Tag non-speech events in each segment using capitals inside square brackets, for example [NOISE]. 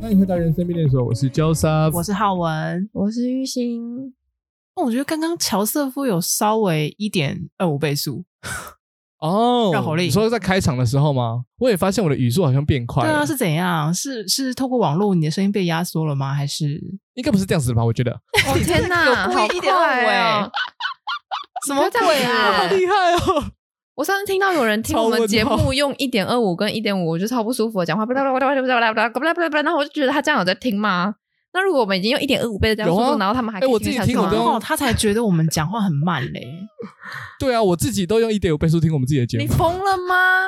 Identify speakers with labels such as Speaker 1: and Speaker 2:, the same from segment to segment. Speaker 1: 那你回答人生便利所，我是 Joseph，
Speaker 2: 我是浩文。
Speaker 3: 我是玉兴，
Speaker 2: 我觉得刚刚乔瑟夫有稍微一点二五倍速，
Speaker 1: 哦
Speaker 2: 绕口令
Speaker 1: 你说在开场的时候吗？我也发现我的语速好像变快
Speaker 2: 对
Speaker 1: 了，
Speaker 2: 啊，是怎样？是是透过网络你的声音被压缩了吗？还是
Speaker 1: 应该不是这样子的吧？我觉得
Speaker 3: 哦天哪，
Speaker 2: 有故
Speaker 3: 好
Speaker 2: 意一点
Speaker 3: 快
Speaker 2: 二
Speaker 3: 哦
Speaker 2: 五！什么
Speaker 3: 不要
Speaker 2: 鬼
Speaker 3: 这样
Speaker 2: 啊？
Speaker 3: 子
Speaker 1: 厉害哦！
Speaker 3: 我上次听到有人听
Speaker 1: 超
Speaker 3: 我
Speaker 1: 问
Speaker 3: 们
Speaker 1: 号
Speaker 3: 节目用一点二五跟一点五，我就超不舒服，讲话不啦不啦不啦不啦不啦不啦不啦不啦不啦，然后我就觉得他这样有在听吗？那如果我们已经用一点二五倍的这样
Speaker 1: 有啊
Speaker 3: 速度，然后他们还
Speaker 1: 哎
Speaker 3: 可以
Speaker 1: 我
Speaker 3: 听
Speaker 1: 自己
Speaker 3: 得下
Speaker 1: [LAUGHS] 听
Speaker 3: 去
Speaker 1: 我
Speaker 3: 吗
Speaker 1: 都用
Speaker 2: 哦，他才觉得我们讲话很慢嘞。
Speaker 1: 对啊，我自己都用一点五倍速听我们自己的节
Speaker 3: 你
Speaker 1: 目，
Speaker 3: 疯了吗？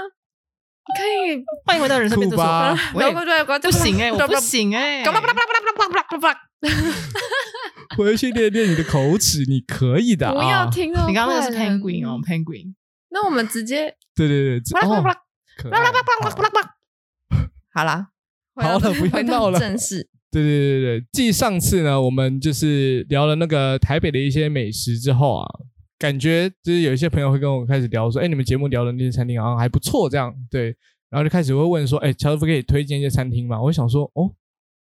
Speaker 3: 你可以，
Speaker 2: 欢迎回到人生变奏
Speaker 1: 酷吧 [LAUGHS]
Speaker 2: 所。我也
Speaker 3: 不对，
Speaker 2: 不
Speaker 3: 不
Speaker 2: 行哎，我不，行
Speaker 3: [LAUGHS]
Speaker 2: 哎。
Speaker 3: 不啦不啦不啦不啦不啦不啦不啦，
Speaker 1: 回去练练你的口齿，你可以的啊！
Speaker 3: 不要，听哦！
Speaker 2: 你刚刚那个是
Speaker 3: 坏人
Speaker 2: penguin 哦，，penguin。
Speaker 3: [LAUGHS] 那我们直接
Speaker 1: 对对对，
Speaker 3: 不啦不啦
Speaker 1: 哦
Speaker 3: 不啦，
Speaker 1: 可
Speaker 3: 不啦
Speaker 1: 爱
Speaker 3: 不啦不啦不啦不啦，好啦，回
Speaker 1: 好
Speaker 3: 到
Speaker 1: 了不要
Speaker 3: 回到
Speaker 1: 闹了
Speaker 3: 正事。
Speaker 1: 对对对对，继上次呢，我们就是聊了那个台北的一些美食之后啊，感觉就是有一些朋友会跟我开始聊说，哎，你们节目聊的那些餐厅好像还不错，这样对，然后就开始会问说，哎，乔夫可以推荐一些餐厅吗？我想说，哦，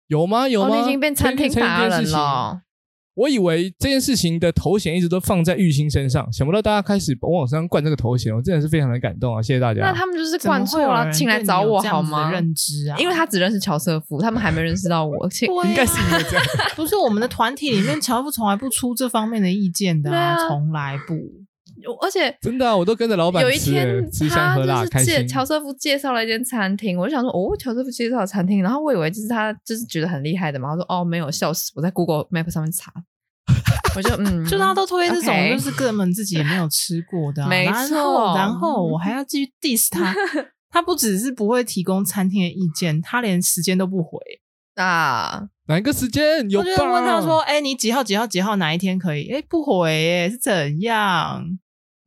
Speaker 1: 有吗？有
Speaker 3: 哦，
Speaker 1: 吗？
Speaker 3: 你已经变餐
Speaker 1: 推
Speaker 3: 厅
Speaker 1: 荐
Speaker 3: 达
Speaker 1: 这件
Speaker 3: 人
Speaker 1: 事情
Speaker 3: 了。
Speaker 1: 我以为这件事情的头衔一直都放在玉兴身上，想不到大家开始往我身上灌这个头衔，我真的是非常的感动啊！谢谢大家。
Speaker 3: 那他们就是
Speaker 2: 怎么
Speaker 3: 灌
Speaker 2: 会
Speaker 3: 错
Speaker 2: 有
Speaker 3: 了，
Speaker 2: 人
Speaker 3: 请来
Speaker 2: 对你
Speaker 3: 找
Speaker 2: 有
Speaker 3: 我
Speaker 2: 这样
Speaker 3: 好
Speaker 2: 子的
Speaker 3: 吗？
Speaker 2: 认知啊，
Speaker 3: 因为他只认识乔瑟夫，他们还没认识到我。请
Speaker 2: 对啊
Speaker 1: 应该是因为这样，
Speaker 2: 不是我们的团体里面，乔夫从来不出这方面的意见的啊，
Speaker 3: 对啊
Speaker 2: 从来不。
Speaker 3: 而且
Speaker 1: 真的啊、我都跟着老板吃
Speaker 3: 有一天
Speaker 1: 哎吃香
Speaker 3: 他
Speaker 1: 喝辣，
Speaker 3: 就
Speaker 1: 开
Speaker 3: 是介
Speaker 1: 心。
Speaker 3: 乔瑟夫介绍了一间餐厅，我就想说哦，乔瑟夫介绍的餐厅，然后我以为就是他就是觉得很厉害的嘛，他说哦没有，笑死，我在 Google Map 上面查，
Speaker 1: [LAUGHS]
Speaker 3: 我就嗯，
Speaker 2: 就他都推这种
Speaker 3: OK
Speaker 2: 就是根本自己也没有吃过的啊、
Speaker 3: 没
Speaker 2: 然后
Speaker 3: 错
Speaker 2: 然后我还要
Speaker 3: [LAUGHS]
Speaker 2: 继续 diss 他，他不只是不会提供餐厅的意见，他连时间都不回。
Speaker 3: 啊，
Speaker 1: 哪一个时间有
Speaker 2: 我
Speaker 1: 吧？
Speaker 2: 就问他说：“哎、你几号几号几号哪一天可以？”哎、不回、哎，是怎样？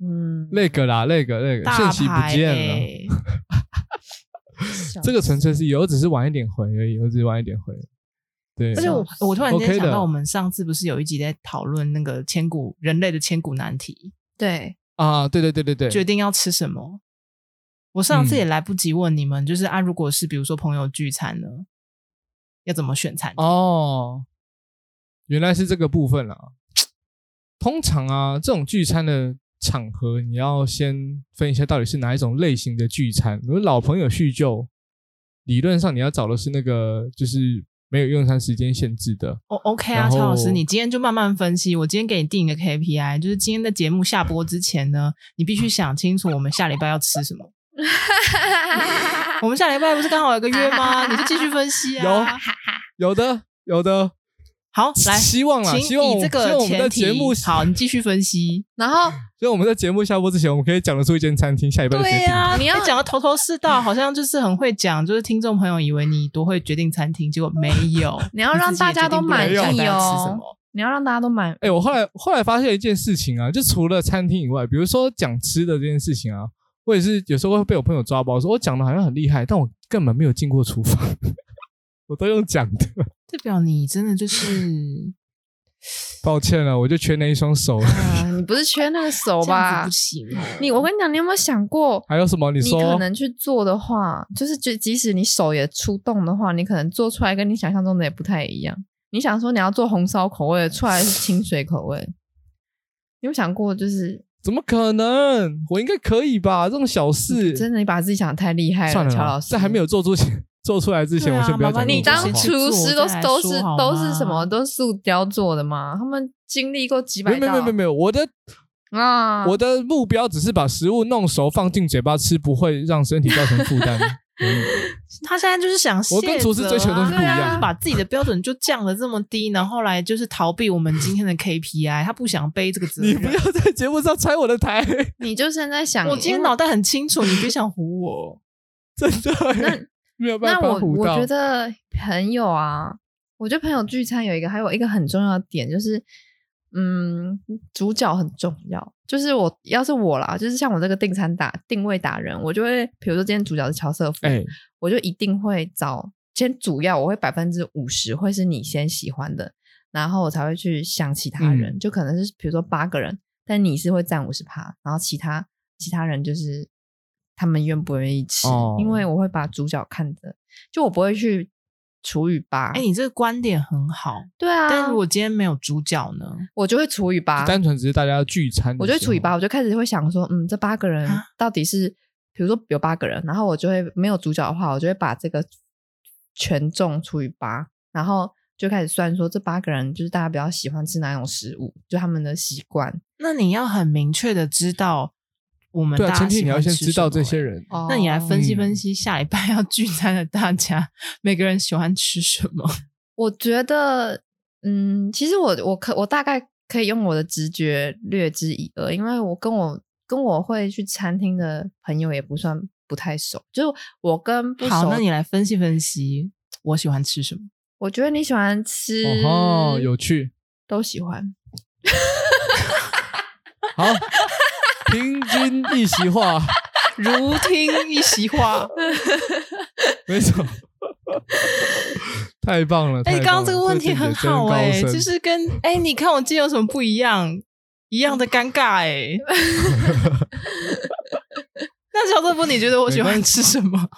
Speaker 3: 嗯，
Speaker 1: 那个啦，那个那个
Speaker 2: 大
Speaker 1: 讯息不
Speaker 2: 牌、
Speaker 1: 见了。
Speaker 2: 哎
Speaker 3: 笑
Speaker 1: 这个纯粹是有，我只是晚一点回而已，我只是晚一点回。对，
Speaker 2: 而且我我突然
Speaker 1: OK
Speaker 2: 间
Speaker 1: 的
Speaker 2: 想到，我们上次不是有一集在讨论那个千古人类的千古难题，
Speaker 3: 对，
Speaker 1: 啊，对对对对
Speaker 2: 决
Speaker 1: 对，嗯
Speaker 2: 定要吃什么？我上次也来不及问你们，就是啊，如果是比如说朋友聚餐呢，要怎么选餐？
Speaker 1: 哦，原来是这个部分啦。啊通常啊，这种聚餐的场合，你要先分一下到底是哪一种类型的聚餐。如果老朋友叙旧，理论上你要找的是那个就是没有用餐时间限制的，
Speaker 2: O、OK 啊，
Speaker 1: 然后
Speaker 2: 乔老师，你今天就慢慢分析。我今天给你定一个 KPI，就是今天的节目下播之前呢，你必须想清楚我们下礼拜要吃什么。我们下礼拜不是刚好有个约吗？你就继续分析啊。
Speaker 1: 有的有的。
Speaker 2: 好，来，
Speaker 1: 希望啦，希
Speaker 2: 请
Speaker 1: 望我
Speaker 2: 以这
Speaker 1: 希
Speaker 2: 个
Speaker 1: 望我们
Speaker 2: 前
Speaker 1: 的节
Speaker 2: 提
Speaker 1: 目，
Speaker 2: 好，你继续分析。
Speaker 3: 然后
Speaker 1: 所以我们在节目下播之前，我们可以讲得出一间餐厅，下一拜就直接
Speaker 2: 对
Speaker 1: 定。
Speaker 2: 呀、
Speaker 3: 你要
Speaker 2: 哎讲的头头是道，好像就是很会讲，就是听众朋友以为你多会决定餐厅，结果没有。
Speaker 3: [LAUGHS] 你要让
Speaker 2: 自己也
Speaker 3: 大
Speaker 2: 决
Speaker 3: 家
Speaker 2: 定
Speaker 3: 都
Speaker 2: 不了
Speaker 3: 满
Speaker 2: 下礼拜
Speaker 3: 意
Speaker 2: 要吃
Speaker 3: 哦
Speaker 2: 什么
Speaker 3: 你要让大家都
Speaker 1: [LAUGHS]
Speaker 3: 满，
Speaker 1: 哎、我后来后来发现一件事情啊，就除了餐厅以外，比如说讲吃的这件事情啊，我也是有时候会被我朋友抓包，说我讲的好像很厉害，但我根本没有进过厨房，我都用讲的。
Speaker 2: 代表你真的
Speaker 3: [LAUGHS]
Speaker 2: 就是
Speaker 1: 抱歉了，我就缺那一双手。
Speaker 2: 嗯
Speaker 3: 啊你不是缺那个手
Speaker 2: 这样子
Speaker 3: 吧
Speaker 2: 不？行哦。
Speaker 3: 你我跟你讲，你有没有想过，
Speaker 1: [LAUGHS] 还有什么？你
Speaker 3: 你
Speaker 1: 说
Speaker 3: 可能去做的话，就是就即使你手也出动的话，你可能做出来跟你想象中的也不太一样。你想说你要做红烧口味的，出来是清水口味，你有想过就是
Speaker 1: 怎么可能？我应该可以吧？这种小事，
Speaker 3: 真的你把自己想的太厉害
Speaker 2: 哎
Speaker 1: 算了
Speaker 3: 乔
Speaker 1: 啦
Speaker 3: 老，师，
Speaker 1: 在还没有做出前做出来之前，
Speaker 2: 对啊
Speaker 1: 我先不要
Speaker 2: 麻
Speaker 1: 讲
Speaker 2: 烦
Speaker 1: 这
Speaker 3: 你
Speaker 1: 种话。
Speaker 3: 当
Speaker 2: 做
Speaker 3: 厨师都是
Speaker 2: 再
Speaker 3: 都
Speaker 2: 说
Speaker 3: 是
Speaker 2: 好
Speaker 3: 都
Speaker 2: 吗
Speaker 3: 是什么都是塑雕做的吗？他们经历过几
Speaker 1: 没有没
Speaker 3: 百
Speaker 1: 有没有
Speaker 3: 道
Speaker 1: 没有，我的
Speaker 2: 嗯
Speaker 3: 啊，
Speaker 1: 我的目标只是把食物弄熟放进嘴巴吃，不会让身体造成负
Speaker 2: [LAUGHS]
Speaker 1: 担。嗯
Speaker 2: 他现在就是想、啊，
Speaker 1: 我跟厨师追求的东西
Speaker 3: 不一样
Speaker 2: 就是 [LAUGHS] 把自己的标准就降的这么低，然后来就是逃避我们今天的 KPI，他不想背这个责
Speaker 1: 你
Speaker 2: 任。
Speaker 1: 不要在节目上拆我的台， [LAUGHS]
Speaker 3: 你就现在想，
Speaker 2: 我今天
Speaker 3: 因为
Speaker 2: 脑袋很清楚，你别想唬我。
Speaker 1: 真的没有办
Speaker 3: 那
Speaker 1: 法
Speaker 3: 我
Speaker 1: 唬
Speaker 3: 我
Speaker 1: 到
Speaker 3: 觉。得朋友啊，我觉得朋友聚餐有一个还有一个很重要的点就是，嗯，主角很重要。就是我要是我啦，就是像我这个定餐打定位达人，我就会比如说今天主角是乔瑟夫，
Speaker 1: 哎，
Speaker 3: 我就一定会找先主要我会百分之五十会是你先喜欢的，然后我才会去想其他人，
Speaker 2: 嗯
Speaker 3: 就可能是比如说八个人，但你是会占五十趴，然后其他其他人就是他们愿不愿意吃，
Speaker 1: 哦
Speaker 3: 因为我会把主角看着，就我不会去除以八。
Speaker 2: 哎，你这个观点很好，
Speaker 3: 对啊，
Speaker 2: 但如果今天没有主角呢？
Speaker 3: 我就会除以
Speaker 2: 啊
Speaker 3: 八，
Speaker 1: 单纯只是大家聚餐的时候，
Speaker 3: 我就会除以八，我就开始会想说，嗯，这八个人
Speaker 2: 啊
Speaker 3: 到底是，比如说有八个人，然后我就会没有主角的话，我就会把这个权重除以八，然后就开始算说这八个人就是大家比较喜欢吃哪种食物，就他们的习惯。
Speaker 2: 那你要很明确的知道我们
Speaker 1: 对啊，
Speaker 2: 大家
Speaker 1: 前提
Speaker 2: 喜
Speaker 1: 你要
Speaker 2: 欢
Speaker 1: 先
Speaker 2: 吃
Speaker 1: 知
Speaker 2: 什
Speaker 1: 道
Speaker 2: 么
Speaker 1: 这些
Speaker 2: 欸。
Speaker 1: 人。
Speaker 3: 哦
Speaker 2: 那你来分析
Speaker 1: 嗯
Speaker 2: 分析下礼拜要聚餐的大家，每个人喜欢吃什么？
Speaker 3: 我觉得，嗯，其实我我可我大概可以用我的直觉略知一二，因为我跟我跟我会去餐厅的朋友也不算不太熟，就是我跟不熟。
Speaker 2: 好，那你来分析分析，我喜欢吃什么？
Speaker 3: 我觉得你喜欢吃，
Speaker 1: 哦
Speaker 2: 嗯
Speaker 1: 吼，有趣。
Speaker 3: 都喜欢。
Speaker 2: [LAUGHS]
Speaker 1: 好，平均一席话，
Speaker 2: 如听一席话。
Speaker 1: 没错。
Speaker 2: [LAUGHS]
Speaker 1: 太棒了！
Speaker 2: 哎、
Speaker 1: 太
Speaker 2: 刚刚
Speaker 1: 棒
Speaker 2: 这个
Speaker 1: 了
Speaker 2: 问
Speaker 1: 这
Speaker 2: 题
Speaker 1: 简
Speaker 2: 很
Speaker 1: 直真
Speaker 2: 好
Speaker 1: 高
Speaker 2: 哎、
Speaker 1: 深
Speaker 2: 就是跟哎、你看我今天有什么不一样？一样的尴尬哎、
Speaker 1: [LAUGHS]
Speaker 2: 那小豆腐，你觉得我喜欢吃什么？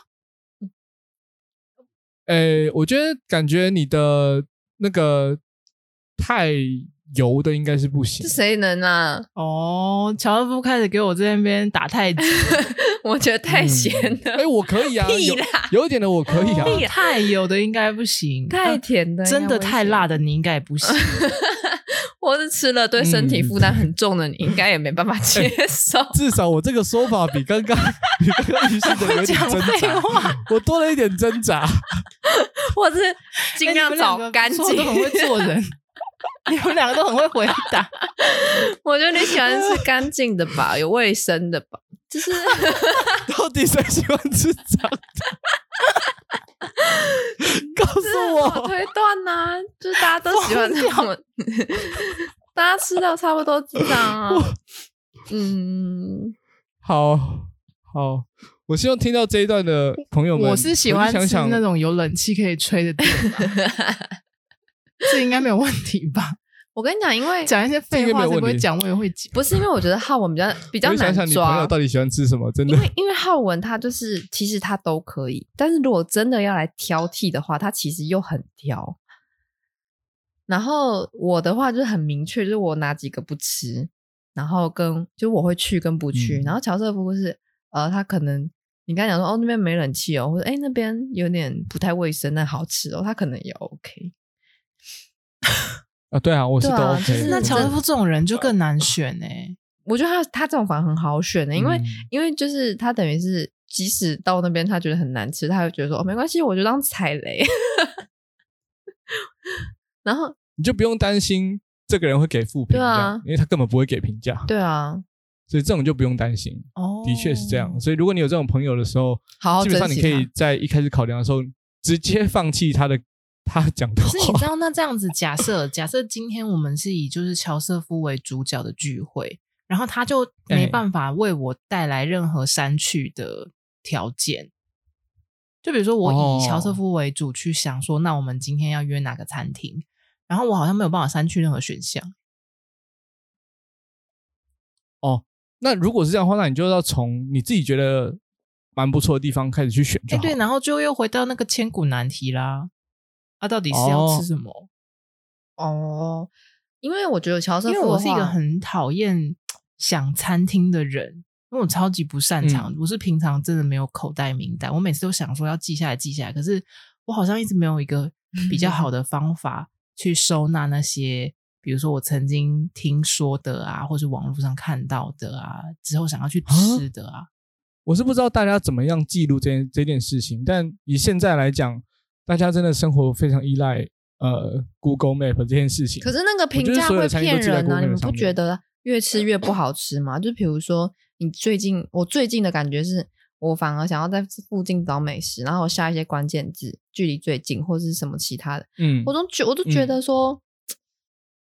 Speaker 2: [LAUGHS]
Speaker 1: 诶，我觉得感觉你的那个太油的应该是不行
Speaker 3: 这。谁能啊？ [LAUGHS]
Speaker 2: 哦，乔豆夫开始给我这边打太极，
Speaker 3: 我觉得太咸
Speaker 1: 哎、
Speaker 3: 了，
Speaker 1: 我可以啊，
Speaker 3: 屁
Speaker 1: 有
Speaker 3: 啦
Speaker 1: 有一点的我 [LAUGHS] 可以啊。
Speaker 3: 屁啦
Speaker 2: 太油的应该不行，
Speaker 3: [LAUGHS] 太
Speaker 2: 啊
Speaker 3: 甜的，
Speaker 2: 真的太辣
Speaker 3: 的。
Speaker 2: 的你应该也不行。
Speaker 3: 我是吃了对身体负担很重的，你应该也没办法接受。 [LAUGHS]
Speaker 1: 至少我这个说法比刚刚比刚刚一性的有点
Speaker 2: 讲
Speaker 1: 挣
Speaker 2: 废
Speaker 1: 扎，
Speaker 2: 话，
Speaker 1: 我多了一点挣扎。
Speaker 3: 我是 [LAUGHS] 尽
Speaker 2: 哎
Speaker 3: 量
Speaker 2: 你们两
Speaker 3: 找
Speaker 2: 个
Speaker 3: 干
Speaker 2: 不
Speaker 3: 净
Speaker 2: 错。都很会做人。你们两个都很会回
Speaker 1: [LAUGHS]
Speaker 2: 答，
Speaker 3: [LAUGHS] 我觉得你喜欢吃干净的吧，有卫生的吧， [LAUGHS] 就是
Speaker 1: 到底谁喜欢吃脏的？ [LAUGHS] 告诉
Speaker 3: 我
Speaker 1: 我，
Speaker 3: 推断呐，就是大家都喜欢这种，大家吃到差不多这样啊。嗯，
Speaker 1: 好好，我希望听到这一段的朋友们，
Speaker 2: 我是喜欢
Speaker 1: 就
Speaker 2: 吃
Speaker 1: 想想
Speaker 2: 那种有冷气可以吹的店
Speaker 3: [LAUGHS]
Speaker 2: 吧，这应该没有问题吧？
Speaker 3: 我跟你讲，因为
Speaker 2: 讲一些废话，
Speaker 1: 这应该没
Speaker 2: 谁
Speaker 1: 有问题
Speaker 2: 不会讲？我也会讲。
Speaker 3: 不是因为我觉得浩文比较比较
Speaker 1: 我就
Speaker 3: 难
Speaker 1: 想想你朋
Speaker 3: 抓
Speaker 1: 友，到底喜欢吃什么，真的
Speaker 3: 因。为因为浩文他就是其实他都可以，但是如果真的要来挑剔的话，他其实又很挑。然后我的话就是很明确，就是我哪几个不吃，然后跟就我会去跟不去。
Speaker 1: 嗯
Speaker 3: 然后乔瑟夫是呃，他可能你刚才讲说哦那边没冷气哦，或者哎那边有点不太卫生，但好吃哦，他可能也 OK。
Speaker 1: 啊，对啊，我是都
Speaker 3: 对啊
Speaker 1: OK 的。
Speaker 3: 就是
Speaker 2: 那
Speaker 3: 乔
Speaker 2: 乔
Speaker 3: 真
Speaker 2: 夫
Speaker 3: 的
Speaker 2: 妇这种人就更难选哎、
Speaker 3: 我觉得他他这种反而很好选欸的，因为
Speaker 1: 嗯
Speaker 3: 因为就是他等于是，即使到那边他觉得很难吃，他会觉得说哦没关系，我就当踩雷。 [LAUGHS] 然后
Speaker 1: 你就不用担心这个人会给负评，
Speaker 3: 对啊
Speaker 1: 这样因为他根本不会给评价，
Speaker 3: 对啊，
Speaker 1: 所以这种就不用担心。
Speaker 2: 哦
Speaker 1: 的确是这样，所以如果你有这种朋友的时候，
Speaker 3: 好好
Speaker 1: 基本
Speaker 3: 珍
Speaker 1: 上你
Speaker 3: 惜
Speaker 1: 可
Speaker 3: 它。
Speaker 1: 以在一开始考量的时候直接放弃他的他讲的
Speaker 2: 可是你知
Speaker 1: 话。
Speaker 2: 道，那这样子假设，假设今天我们是以就是乔瑟夫为主角的聚会，然后他就没办法为我带来任何删去的条件。就比如说，我以乔瑟夫为主去想说，那我们今天要约哪个餐厅，然后我好像没有办法删去任何选项。
Speaker 1: [LAUGHS] 那如果是这样的话，那你就要从你自己觉得蛮不错的地方开始去选就
Speaker 2: 哎，
Speaker 1: 好。
Speaker 2: 对，然后就又回到那个千古难题啦。啊，到底是要吃什么？
Speaker 3: 哦，因为我觉得乔瑟
Speaker 2: 因
Speaker 3: 夫
Speaker 2: 为
Speaker 3: 的
Speaker 2: 我是一个
Speaker 3: 话
Speaker 2: 很讨厌想餐厅的人，因为我超级不擅长。
Speaker 1: 嗯
Speaker 2: 我是平常真的没有口袋名单，我每次都想说要记下来记下来，可是我好像一直没有一个比
Speaker 1: [LAUGHS]
Speaker 2: 较好的方法去收纳那些，比如说我曾经听说的啊，或是网络上看到的啊，之后想要去吃的啊。
Speaker 1: 我是不知道大家怎么样记录这件这件事情，但以现在来讲，大家真的生活非常依赖呃 Google Map 这件事情。
Speaker 3: 可是那个评
Speaker 1: 我觉得
Speaker 3: 价
Speaker 1: 所有
Speaker 3: 会
Speaker 1: 的餐厅
Speaker 3: 骗
Speaker 1: 都记在
Speaker 3: 人呢、
Speaker 1: Google
Speaker 3: 你们
Speaker 1: Maps
Speaker 3: 不
Speaker 1: 上面
Speaker 3: 觉得越吃越不好吃吗？就比如说，你最近我最近的感觉是，我反而想要在附近找美食，然后我下一些关键字，距离最近或是什么其他的，
Speaker 1: 嗯
Speaker 3: 我，都觉我都觉得说、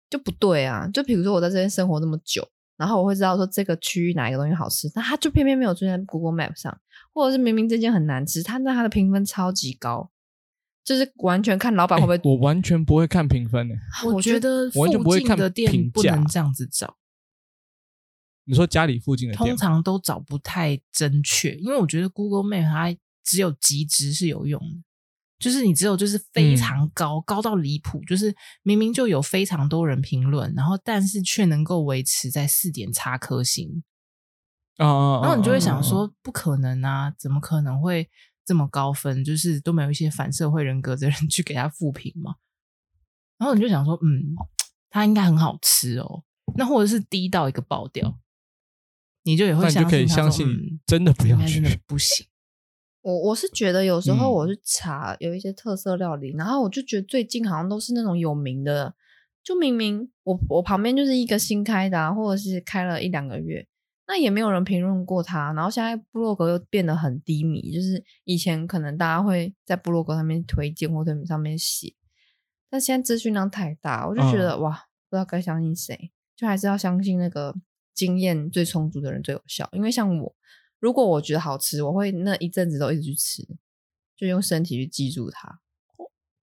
Speaker 3: 就不对啊。就比如说我在这边生活那么久，然后我会知道说这个区域哪一个东西好吃，但它就偏偏没有出现在 Google Map 上，或者是明明这间很难吃，它但它的评分超级高，就是完全看老板会不会、
Speaker 1: 哎我完全不会看评分呢、
Speaker 2: 我觉得
Speaker 1: 我完全不
Speaker 2: 附
Speaker 1: 会
Speaker 2: 近
Speaker 1: 看
Speaker 2: 的店
Speaker 1: 评
Speaker 2: 不
Speaker 1: 价
Speaker 2: 能这样子找，
Speaker 1: 你说家里附近的店
Speaker 2: 通
Speaker 1: 吗，
Speaker 2: 常都找不太正确，因为我觉得 Google Map 它只有极值是有用的。就是你只有就是
Speaker 1: 嗯
Speaker 2: 非常高，高到离谱，就是明明就有非常多人评论，然后但是却能够维持在四点差颗星，
Speaker 1: 啊啊，
Speaker 2: 然后你就会想
Speaker 1: 啊，
Speaker 2: 说，不可能啊，怎么可能会这么高分？就是都没有一些反社会人格的人 [LAUGHS] 去给他复评嘛。然后你就想说，嗯，它应该很好吃哦，那或者是低到一个爆掉，你就也
Speaker 1: 啊啊
Speaker 2: 会
Speaker 1: 那你就
Speaker 2: 相
Speaker 1: 可
Speaker 2: 信
Speaker 1: 以
Speaker 2: 它
Speaker 1: 相
Speaker 2: 说
Speaker 1: 信
Speaker 2: 嗯，
Speaker 1: 真的不
Speaker 2: 应
Speaker 1: 要
Speaker 2: 该
Speaker 1: 去
Speaker 2: 真的不行。
Speaker 3: 我我是觉得有时候
Speaker 1: 嗯
Speaker 3: 我去查有一些特色料理，然后我就觉得最近好像都是那种有名的，就明明我我旁边就是一个新开的、啊，或者是开了一两个月，那也没有人评论过它，然后现在部落格又变得很低迷，就是以前可能大家会在部落格上面推荐或者上面写，但现在资讯量太大，我就觉得、哇，不知道该相信谁，就还是要相信那个经验最充足的人最有效，因为像我。如果我觉得好吃，我会那一阵子都一直去吃，就用身体去记住它。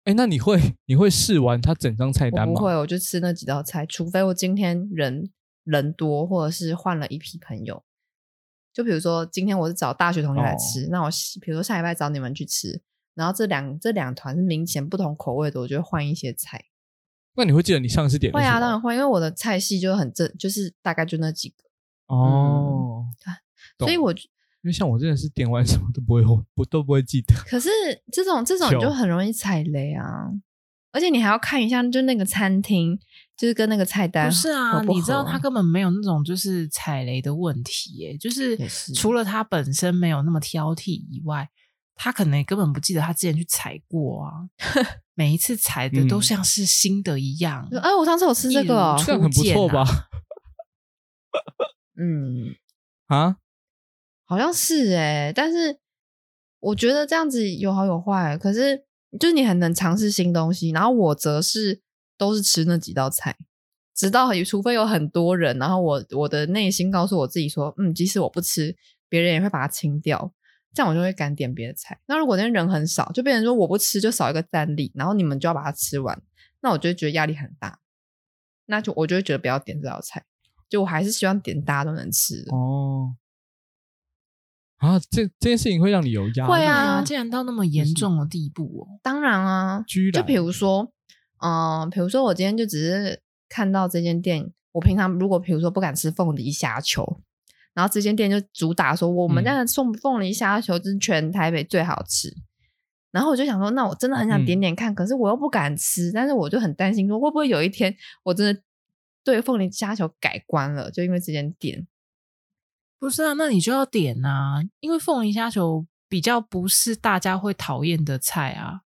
Speaker 1: 哎，那你会你会试完它整张菜
Speaker 3: 我
Speaker 1: 单
Speaker 3: 不
Speaker 1: 吗？
Speaker 3: 会，我就吃那几道菜，除非我今天人人多，或者是换了一批朋友。就比如说，今天我是找大学同学来吃，那我是比如说下礼拜找你们去吃，然后这两这两团是明显不同口味的，我就会换一些菜。
Speaker 1: 那你会记得你上次点的
Speaker 3: 会
Speaker 1: 什
Speaker 3: 啊，
Speaker 1: 么
Speaker 3: 当然会，因为我的菜系就很正，就是大概就那几个，
Speaker 1: 哦，懂
Speaker 3: 嗯啊所以我
Speaker 1: 因为像我真的是点完什么都不会不都不会记得。
Speaker 3: 可是这种这种
Speaker 1: 就
Speaker 3: 你就很容易踩雷啊，而且你还要看一下，就那个餐厅，就是跟那个菜单
Speaker 2: 不是啊，
Speaker 3: 合不合
Speaker 2: 你知道他根本没有那种就是踩雷的问题耶，就是
Speaker 3: 也是
Speaker 2: 除了他本身没有那么挑剔以外，他可能也根本不记得他之前去踩过
Speaker 3: [LAUGHS]
Speaker 2: 啊。每一次踩的都
Speaker 1: 嗯
Speaker 2: 像是新的一样，
Speaker 3: 就哎，我上次有吃这个、哦
Speaker 2: 一如，
Speaker 1: 这样很不错吧？
Speaker 3: 嗯，
Speaker 1: 啊，
Speaker 3: 好像是哎、但是我觉得这样子有好有坏，可是就是你很能尝试新东西，然后我则是都是吃那几道菜。直到有除非有很多人，然后我我的内心告诉我自己说，嗯，即使我不吃，别人也会把它清掉，这样我就会敢点别的菜。那如果那人很少，就变成说我不吃就少一个战力，然后你们就要把它吃完，那我就会觉得压力很大，那就我就会觉得不要点这道菜，就我还是希望点大家都能吃的。
Speaker 1: 哦，啊，这这件事情会让你有压力，
Speaker 3: 会啊嗯
Speaker 2: 竟然到那么严重的地步哦，
Speaker 3: 当然啊，
Speaker 1: 居
Speaker 3: 就
Speaker 1: 然
Speaker 3: 比如说，嗯、比如说我今天就只是看到这间店，我平常如果比如说不敢吃凤梨虾球，然后这间店就主打说我
Speaker 1: 嗯
Speaker 3: 们家的凤凤梨虾球就是全台北最好吃。然后我就想说，那我真的很想
Speaker 2: 嗯
Speaker 3: 点点看，可是我又不敢吃，但是我就很担心说，会不会有一天我真的对凤梨虾球改观了，就因为这间店。
Speaker 2: 不是啊？那你就要点啊，因为凤梨虾球比较不是大家会讨厌的菜啊，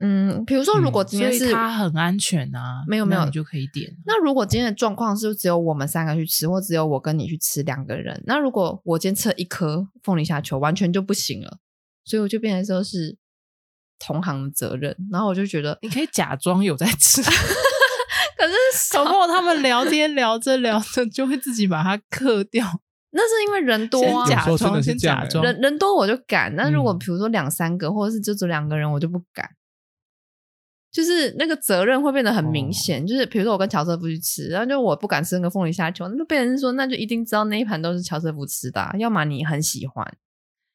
Speaker 3: 嗯，比如说，如果
Speaker 1: 嗯
Speaker 3: 今
Speaker 2: 所
Speaker 3: 天
Speaker 2: 以
Speaker 3: 是、
Speaker 2: 它很安全啊。
Speaker 3: 没有没有
Speaker 2: 那你就可以点。
Speaker 3: 那如果今天的状况是只有我们三个去吃，或只有我跟你去吃两个人，那如果我今天吃了一颗凤梨虾球，完全就不行了，所以我就变成说是同行的责任，然后我就觉得，
Speaker 2: 你可以假装有在吃，
Speaker 3: 可是
Speaker 2: 搞不好他们聊天聊着聊着就会自己把它克掉。
Speaker 3: 那是因为人多
Speaker 2: 先
Speaker 3: 啊，
Speaker 1: 有
Speaker 2: 假
Speaker 1: 时候真
Speaker 2: 装，
Speaker 1: 的是
Speaker 2: 先
Speaker 1: 这样
Speaker 2: 假
Speaker 1: 欸
Speaker 2: 装。
Speaker 3: 人人多我就敢，但如果
Speaker 1: 嗯
Speaker 3: 比如说两三个，或者是就只有两个人，我就不敢。就是那个责任会变得很明显，就是比如说我跟乔瑟夫去吃，然后就我不敢吃那个凤梨虾球，那就变成是说，那就一定知道那一盘都是乔瑟夫吃的啊、要么你很喜欢，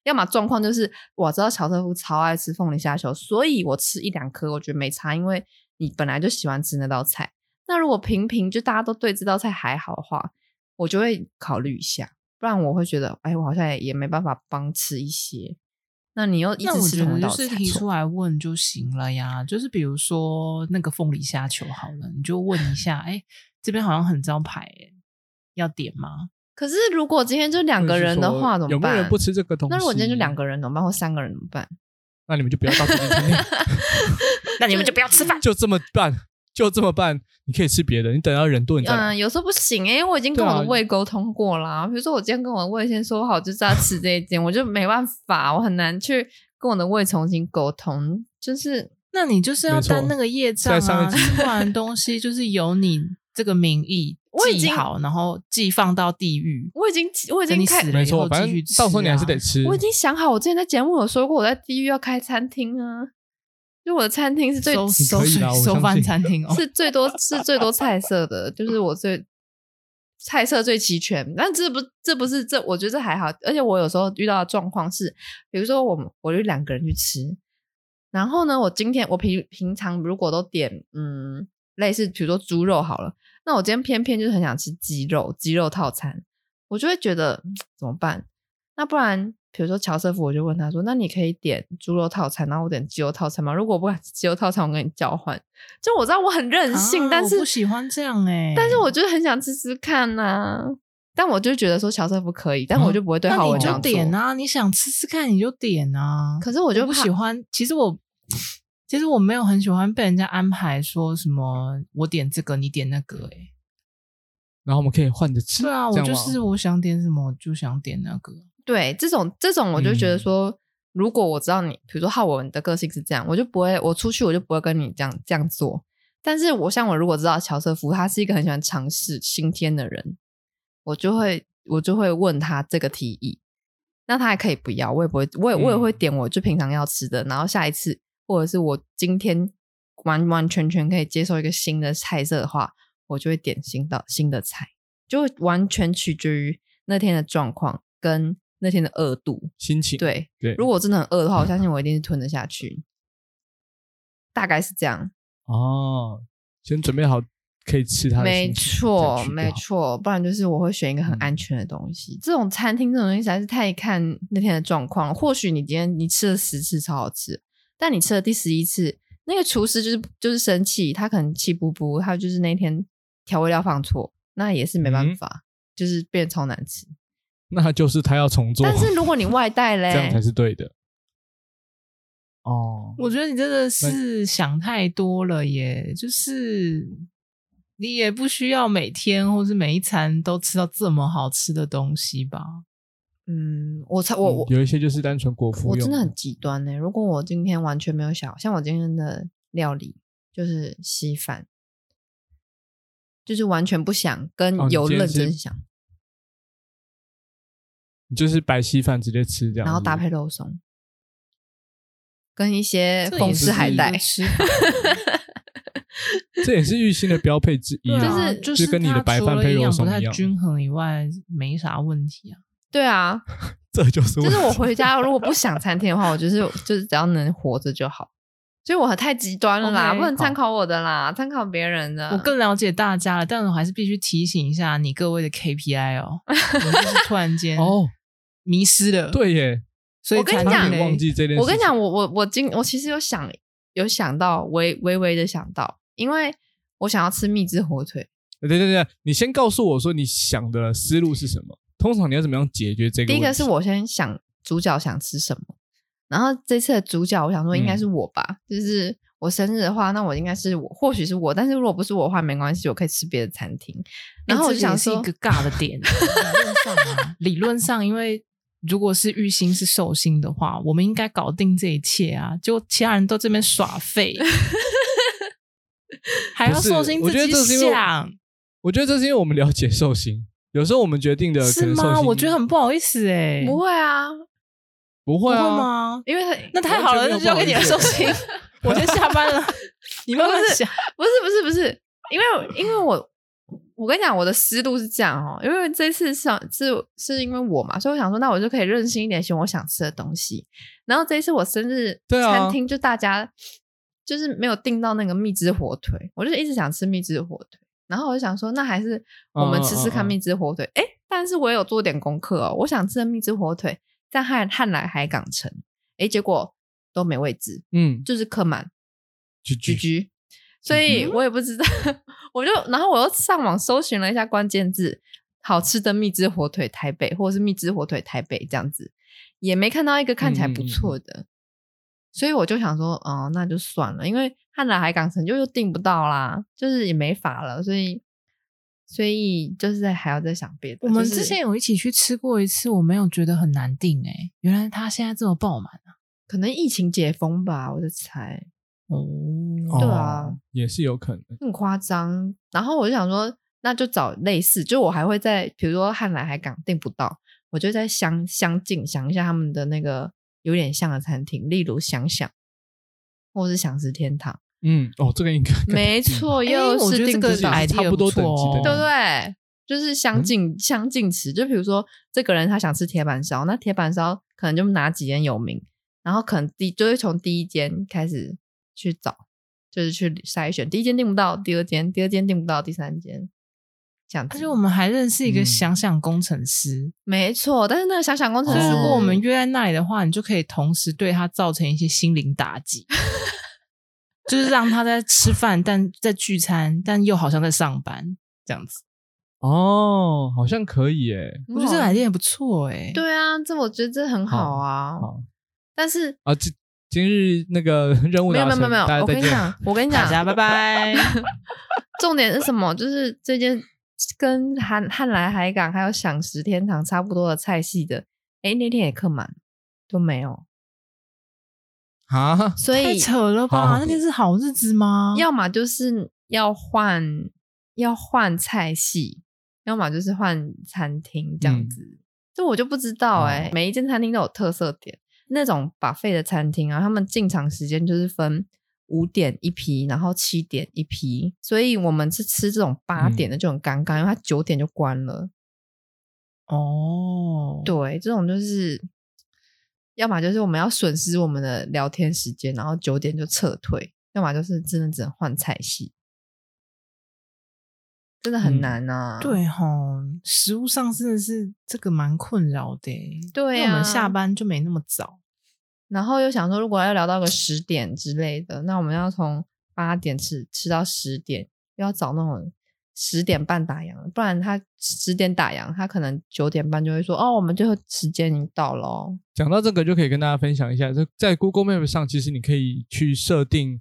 Speaker 3: 要么状况就是我知道乔瑟夫超爱吃凤梨虾球，所以我吃一两颗我觉得没差，因为你本来就喜欢吃那道菜。那如果平平就大家都对这道菜还好的话，我就会考虑一下。不然我会觉得，哎，我好像也也没办法帮吃一些。那你又一
Speaker 2: 那我
Speaker 3: 直吃
Speaker 2: 觉
Speaker 3: 同
Speaker 2: 得
Speaker 3: 一道
Speaker 2: 就是
Speaker 3: 菜，
Speaker 2: 提出来问就行了呀，就是比如说那个凤梨虾球好了，你就问一下，哎、这边好像很招牌、哎，要点吗？
Speaker 3: 可是如果今天就两个人的话，
Speaker 1: 或者是说
Speaker 3: 怎
Speaker 1: 有没
Speaker 3: 么
Speaker 1: 有
Speaker 3: 办？
Speaker 1: 人不吃这个东西？
Speaker 3: 那如果今天就两，个人怎么办？或三个人怎么办？
Speaker 1: 那你们就不要到这间餐厅，
Speaker 2: 那你们就不要吃饭。
Speaker 1: [LAUGHS] 就这么办，就这么办。你可以吃别的，你等到人多你再来。
Speaker 3: 嗯，有时候不行、因为我已经跟
Speaker 1: 对啊
Speaker 3: 我的胃沟通过啦、比如说我今天跟我的胃先说好，就是要吃这一间，我就没办法，我很难去跟我的胃重新沟通。就是
Speaker 2: 那你就是要
Speaker 1: 没错
Speaker 2: 担那个业障
Speaker 1: 在上
Speaker 2: 啊，
Speaker 1: 一集
Speaker 2: 吃完东西就是由你这个名义
Speaker 3: 我已
Speaker 2: 记
Speaker 3: 经
Speaker 2: 好，然后寄放到地狱。
Speaker 3: 我已经我已
Speaker 2: 等
Speaker 3: 经
Speaker 2: 你
Speaker 3: 开
Speaker 2: 死了
Speaker 1: 没
Speaker 2: 以
Speaker 1: 错，
Speaker 2: 后
Speaker 1: 反
Speaker 2: 继
Speaker 1: 正
Speaker 2: 续吃
Speaker 1: 到时候你还是
Speaker 2: 啊
Speaker 1: 得吃。
Speaker 3: 我已经想好，我之前在节目有说过，我在地狱要开餐厅啊，就我的餐厅是最
Speaker 2: 收
Speaker 1: 你
Speaker 2: 收
Speaker 1: 可以
Speaker 2: 水
Speaker 1: 啦我
Speaker 2: 收
Speaker 1: 相
Speaker 2: 饭
Speaker 1: 信
Speaker 2: 餐厅哦，
Speaker 3: 是最多是最多菜色的，就是我最菜色最齐全。但这不这不是这，我觉得这还好。而且我有时候遇到的状况是，比如说我们我就两个人去吃，然后呢，我今天我平平常如果都点嗯类似比如说猪肉好了，那我今天偏偏就是很想吃鸡肉，鸡肉套餐，我就会觉得嗯怎么办？那不然比如说乔瑟夫，我就问他说，那你可以点猪肉套餐，然后我点鸡肉套餐吗？如果我不敢吃鸡肉套餐，我跟你交换。就我知道我很任性，
Speaker 2: 啊
Speaker 3: 但
Speaker 2: 我
Speaker 3: 是
Speaker 2: 不喜欢这样哎、
Speaker 3: 但是我就是很想吃吃看呐、但我就觉得说乔瑟夫可以，但我就不会对
Speaker 2: 啊那
Speaker 3: 浩文
Speaker 2: 你
Speaker 3: 这
Speaker 2: 就
Speaker 3: 样做。
Speaker 2: 点啊，你想吃吃看你就点啊。
Speaker 3: 可是我
Speaker 2: 我
Speaker 3: 就
Speaker 2: 不
Speaker 3: 怕
Speaker 2: 喜欢，其实我其实我没有很喜欢被人家安排说什么我点这个你点那个
Speaker 3: 嗯
Speaker 2: 哎、
Speaker 1: 然后我们可以换着吃。
Speaker 2: 对啊，我
Speaker 1: 这样
Speaker 2: 就
Speaker 1: 吗
Speaker 2: 是我想点什么我就想点那个。
Speaker 3: 对这种这种，我就
Speaker 2: 嗯
Speaker 3: 觉得说，如果我知道你，比如说浩文的个性是这样，我就不会，我出去我就不会跟你这样这样做。但是我像我如果知道乔瑟夫他是一个很喜欢尝试新天的人，我就会我就会问他这个提议，那他还可以不要，我也不会，我也我也
Speaker 1: 嗯
Speaker 3: 会点我就平常要吃的，然后下一次或者是我今天完完全全可以接受一个新的菜色的话，我就会点新的新的菜，就会完全取决于那天的状况跟那天的饿度。
Speaker 1: 心情
Speaker 3: 对，
Speaker 1: 对，
Speaker 3: 如果我真的很饿的话，我相信我一定是吞得下去，大概是这样。
Speaker 1: 哦，先准备好可以吃它的
Speaker 3: 没
Speaker 1: 心情
Speaker 3: 错
Speaker 1: 再，去就
Speaker 3: 没
Speaker 1: 好
Speaker 3: 错，不然就是我会选一个很
Speaker 1: 嗯
Speaker 3: 安全的东西。这种餐厅这种东西实在是太看那天的状况了。或许你今天你吃了十次超好吃，但你吃了第十一次，那个厨师就是就是生气，他可能气不不，他就是那天调味料放错，那也是没办
Speaker 1: 嗯
Speaker 3: 法，就是变得超难吃。
Speaker 1: 那就是他要重做，
Speaker 3: 但是如哎果你外
Speaker 1: [LAUGHS]
Speaker 3: 带
Speaker 1: 这样才
Speaker 3: 嘞，
Speaker 1: 是对的。哦，
Speaker 2: 我觉得你真的是想太多了耶，就是你也不需要每天或是每一餐都吃到这么好吃的东西吧？
Speaker 3: 嗯，我才我
Speaker 1: 嗯
Speaker 3: 我
Speaker 1: 有一些就是单纯果腹
Speaker 3: 我
Speaker 1: 用，
Speaker 3: 真的很极端呢、如果我今天完全没有想，像我今天的料理就是稀饭，就是完全不想跟
Speaker 1: 哦你
Speaker 3: 有
Speaker 1: 今天
Speaker 3: 认
Speaker 1: 是
Speaker 3: 真想，
Speaker 1: 你就是白稀饭直接吃这样，
Speaker 3: 然后搭
Speaker 1: 是不
Speaker 3: 配肉松，跟一些
Speaker 2: 这
Speaker 3: 凤
Speaker 2: 也
Speaker 3: 丝
Speaker 2: 是
Speaker 3: 呃海
Speaker 2: 一个
Speaker 3: 带。
Speaker 2: 吃法
Speaker 1: 是这也是玉鑫的标配
Speaker 3: [LAUGHS]
Speaker 1: 之一
Speaker 2: 对
Speaker 1: 啦。
Speaker 2: 啊，
Speaker 3: 就是
Speaker 1: 就跟你的
Speaker 2: 它
Speaker 1: 白
Speaker 2: 除
Speaker 1: 饭
Speaker 2: 了
Speaker 1: 配
Speaker 2: 营
Speaker 1: 肉
Speaker 2: 养
Speaker 1: 松
Speaker 2: 不太
Speaker 1: 一样
Speaker 2: 均衡以外，没啥问题啊。
Speaker 3: 对
Speaker 1: [LAUGHS]
Speaker 3: 啊，
Speaker 1: 这就是
Speaker 3: 就是
Speaker 1: 问
Speaker 3: 我
Speaker 1: 题
Speaker 3: 回家如果不想餐厅的话，我就是就是只要能活着就好。所以我太极端了啦
Speaker 2: OK，
Speaker 3: 不能参考我的啦，参考别人的。
Speaker 2: 我更了解大家了，但我还是必须提醒一下你各位的 KPI
Speaker 3: [LAUGHS]
Speaker 2: 哦，我就是突然间
Speaker 1: 哦，
Speaker 2: 迷失了，，
Speaker 1: 对耶，
Speaker 2: 所以
Speaker 3: 我跟你
Speaker 2: 才
Speaker 3: 讲
Speaker 1: 差
Speaker 2: 会
Speaker 1: 点忘记这件事。
Speaker 3: 我跟你讲，，我我我今我其实有想有想到微微微的想到，因为我想要吃蜜汁火腿。
Speaker 1: 对对对，你先告诉我说你想的思路是什么？通常你要怎么样解决这个问题？
Speaker 3: 第一个是我先想主角想吃什么，然后这次的主角我想说应
Speaker 2: 嗯
Speaker 3: 该是我吧，就是我生日的话，那我应该是我，或许是我，但是如果不是我的话没关系，我可以吃别的餐厅。然后我就想
Speaker 2: 是一
Speaker 3: 说，
Speaker 2: 个尬的点，理论上啊，理论上，因为如果是玉兴是寿星的话，我们应该搞定这一切啊，就其他人都这边耍
Speaker 3: [LAUGHS]
Speaker 2: 废，还要
Speaker 1: 不是
Speaker 2: 寿星
Speaker 1: 我
Speaker 2: 自
Speaker 1: 觉得
Speaker 2: 己
Speaker 1: 这是因为
Speaker 2: 想，
Speaker 1: 我觉得这是因为我们了解寿星，有时候我们决定的啊可
Speaker 2: 是
Speaker 1: 能寿
Speaker 2: 吗？
Speaker 1: 星
Speaker 2: 我觉得很不好意思哎、
Speaker 3: 不会啊，
Speaker 1: 不
Speaker 2: 不
Speaker 1: 会
Speaker 2: 会
Speaker 1: 啊，
Speaker 2: 吗？
Speaker 3: 因为他
Speaker 2: 那太好了，
Speaker 1: 完
Speaker 2: 那
Speaker 1: 全没有
Speaker 2: 就交给你
Speaker 1: 不好
Speaker 2: 了，
Speaker 1: 意思
Speaker 2: 寿星，
Speaker 1: [LAUGHS]
Speaker 2: 我先下班了，你慢慢
Speaker 3: 不是
Speaker 2: 想。
Speaker 3: 不是不是不是，因为因为我我跟你讲，我的思路是这样哦，因为这次上是是因为我嘛，所以我想说，那我就可以任性一点选我想吃的东西。然后这一次我生日
Speaker 1: 对啊
Speaker 3: 餐厅就大家就是没有订到那个蜜汁火腿，我就是一直想吃蜜汁火腿，然后我就想说，那还是我们吃吃看
Speaker 1: 嗯嗯嗯嗯
Speaker 3: 蜜汁火腿。诶，但是我也有做点功课哦，我想吃的蜜汁火腿在汉汉来海港城，诶，结果都没位置，
Speaker 1: 嗯，
Speaker 3: 就是客满。
Speaker 1: 居
Speaker 2: 嗯
Speaker 3: 居
Speaker 1: 居
Speaker 3: 居，所以我也不知道， [LAUGHS] 我就然后我又上网搜寻了一下关键字，好吃的蜜汁火腿台北，或者是蜜汁火腿台北这样子，也没看到一个看起
Speaker 2: 嗯
Speaker 3: 来不错的，所以我就想说，哦，那就算了，因为汉来海港城就又订不到啦，就是也没法了，所以所以就是还要再想别的。
Speaker 2: 我们
Speaker 3: 就是
Speaker 2: 之前有一起去吃过一次，我没有觉得很难订哎、原来他现在这么爆满啊！
Speaker 3: 可能疫情解封吧，我在猜。
Speaker 2: 哦，
Speaker 1: 哦
Speaker 3: 对啊，
Speaker 1: 也是有可能。
Speaker 3: 很夸张。然后我就想说，那就找类似，就我还会在，比如说汉来海港订不到，我就在相相近想一下他们的那个有点像的餐厅，例如想想，或是想食天堂，嗯
Speaker 1: 嗯，哦，这个应该
Speaker 3: 没，
Speaker 1: 哎
Speaker 3: 错，又
Speaker 2: 我觉得这
Speaker 3: 是订
Speaker 2: 个
Speaker 3: 不到，
Speaker 1: idea
Speaker 3: 对
Speaker 1: 差不多
Speaker 2: 错
Speaker 1: 等级的
Speaker 2: 哦
Speaker 1: 那
Speaker 3: 不对？就是
Speaker 1: 嗯
Speaker 3: 相近、相近词，就比如说这个人他想吃铁板烧，那铁板烧可能就哪几间有名，然后可能第就会从第一间开始去找，就是去筛选，第一间订不到，第二间，第二间订不到，第三间，这样
Speaker 2: 而
Speaker 3: 子。
Speaker 2: 且我们还认识一个
Speaker 1: 嗯
Speaker 2: 想想工程师，
Speaker 3: 没错，但是那个想想工程
Speaker 2: 所以
Speaker 3: 师，
Speaker 1: 哦
Speaker 2: 如果我们约在那里的话，你就可以同时对他造成一些心灵打 [LAUGHS] 击，就是让他在吃饭，但在聚餐，但又好像在上班这样子。
Speaker 1: 哦，好像可以诶、
Speaker 3: 很
Speaker 2: 我觉得这
Speaker 3: 好
Speaker 2: 个 idea 也不错哎、
Speaker 3: 对啊，这我觉得这很好啊，
Speaker 1: 好
Speaker 3: 但是。
Speaker 1: 啊，今今日那个 [LAUGHS] 任务
Speaker 3: 没有
Speaker 1: 达
Speaker 3: 没
Speaker 1: 成，
Speaker 3: 有没有没有
Speaker 1: 大，家
Speaker 3: 我
Speaker 1: 再
Speaker 3: 跟你
Speaker 1: 见。 [LAUGHS]
Speaker 3: 讲，我跟你讲
Speaker 2: 大，家拜 [LAUGHS] 拜。
Speaker 3: 重点是什么？就是这件跟汉汉来海港还有享食天堂差不多的菜系的，哎，那天也客满，都没有，
Speaker 1: 啊，
Speaker 3: 所
Speaker 2: 太
Speaker 3: 以
Speaker 2: 扯了吧
Speaker 1: 好？
Speaker 2: 那天是好日子吗？
Speaker 3: 哎要么就是要换要换菜系，要么就是换餐厅这样
Speaker 1: 嗯
Speaker 3: 子。这我就不知
Speaker 2: 哦
Speaker 3: 道哎、每一间餐厅都有特色点。那种把费的餐厅啊，他们进场时间就是分五点一批，然后七点一批，所以我们是吃这种八
Speaker 2: 嗯
Speaker 3: 点的就很尴尬，因为它九点就关了。
Speaker 2: 哦，
Speaker 3: 对，这种就是，要么就是我们要损失我们的聊天时间，然后九点就撤退；要么就是真的只能换菜系，真的很
Speaker 1: 嗯
Speaker 3: 难啊。
Speaker 2: 对哈，食物上真的是这个蛮困扰的欸、
Speaker 3: 对
Speaker 2: 因为我
Speaker 3: 啊
Speaker 2: 们下班就没那么早。
Speaker 3: 然后又想说，如果要聊到个十点之类的，那我们要从八点吃吃到十点，又要找那种十点半打烊，不然他十点打烊，他可能九点半就会说：“哦，我们最后时间已经到了哦。
Speaker 1: 讲到这个，就可以跟大家分享一下，就在 Google Map 上，其实你可以去设定，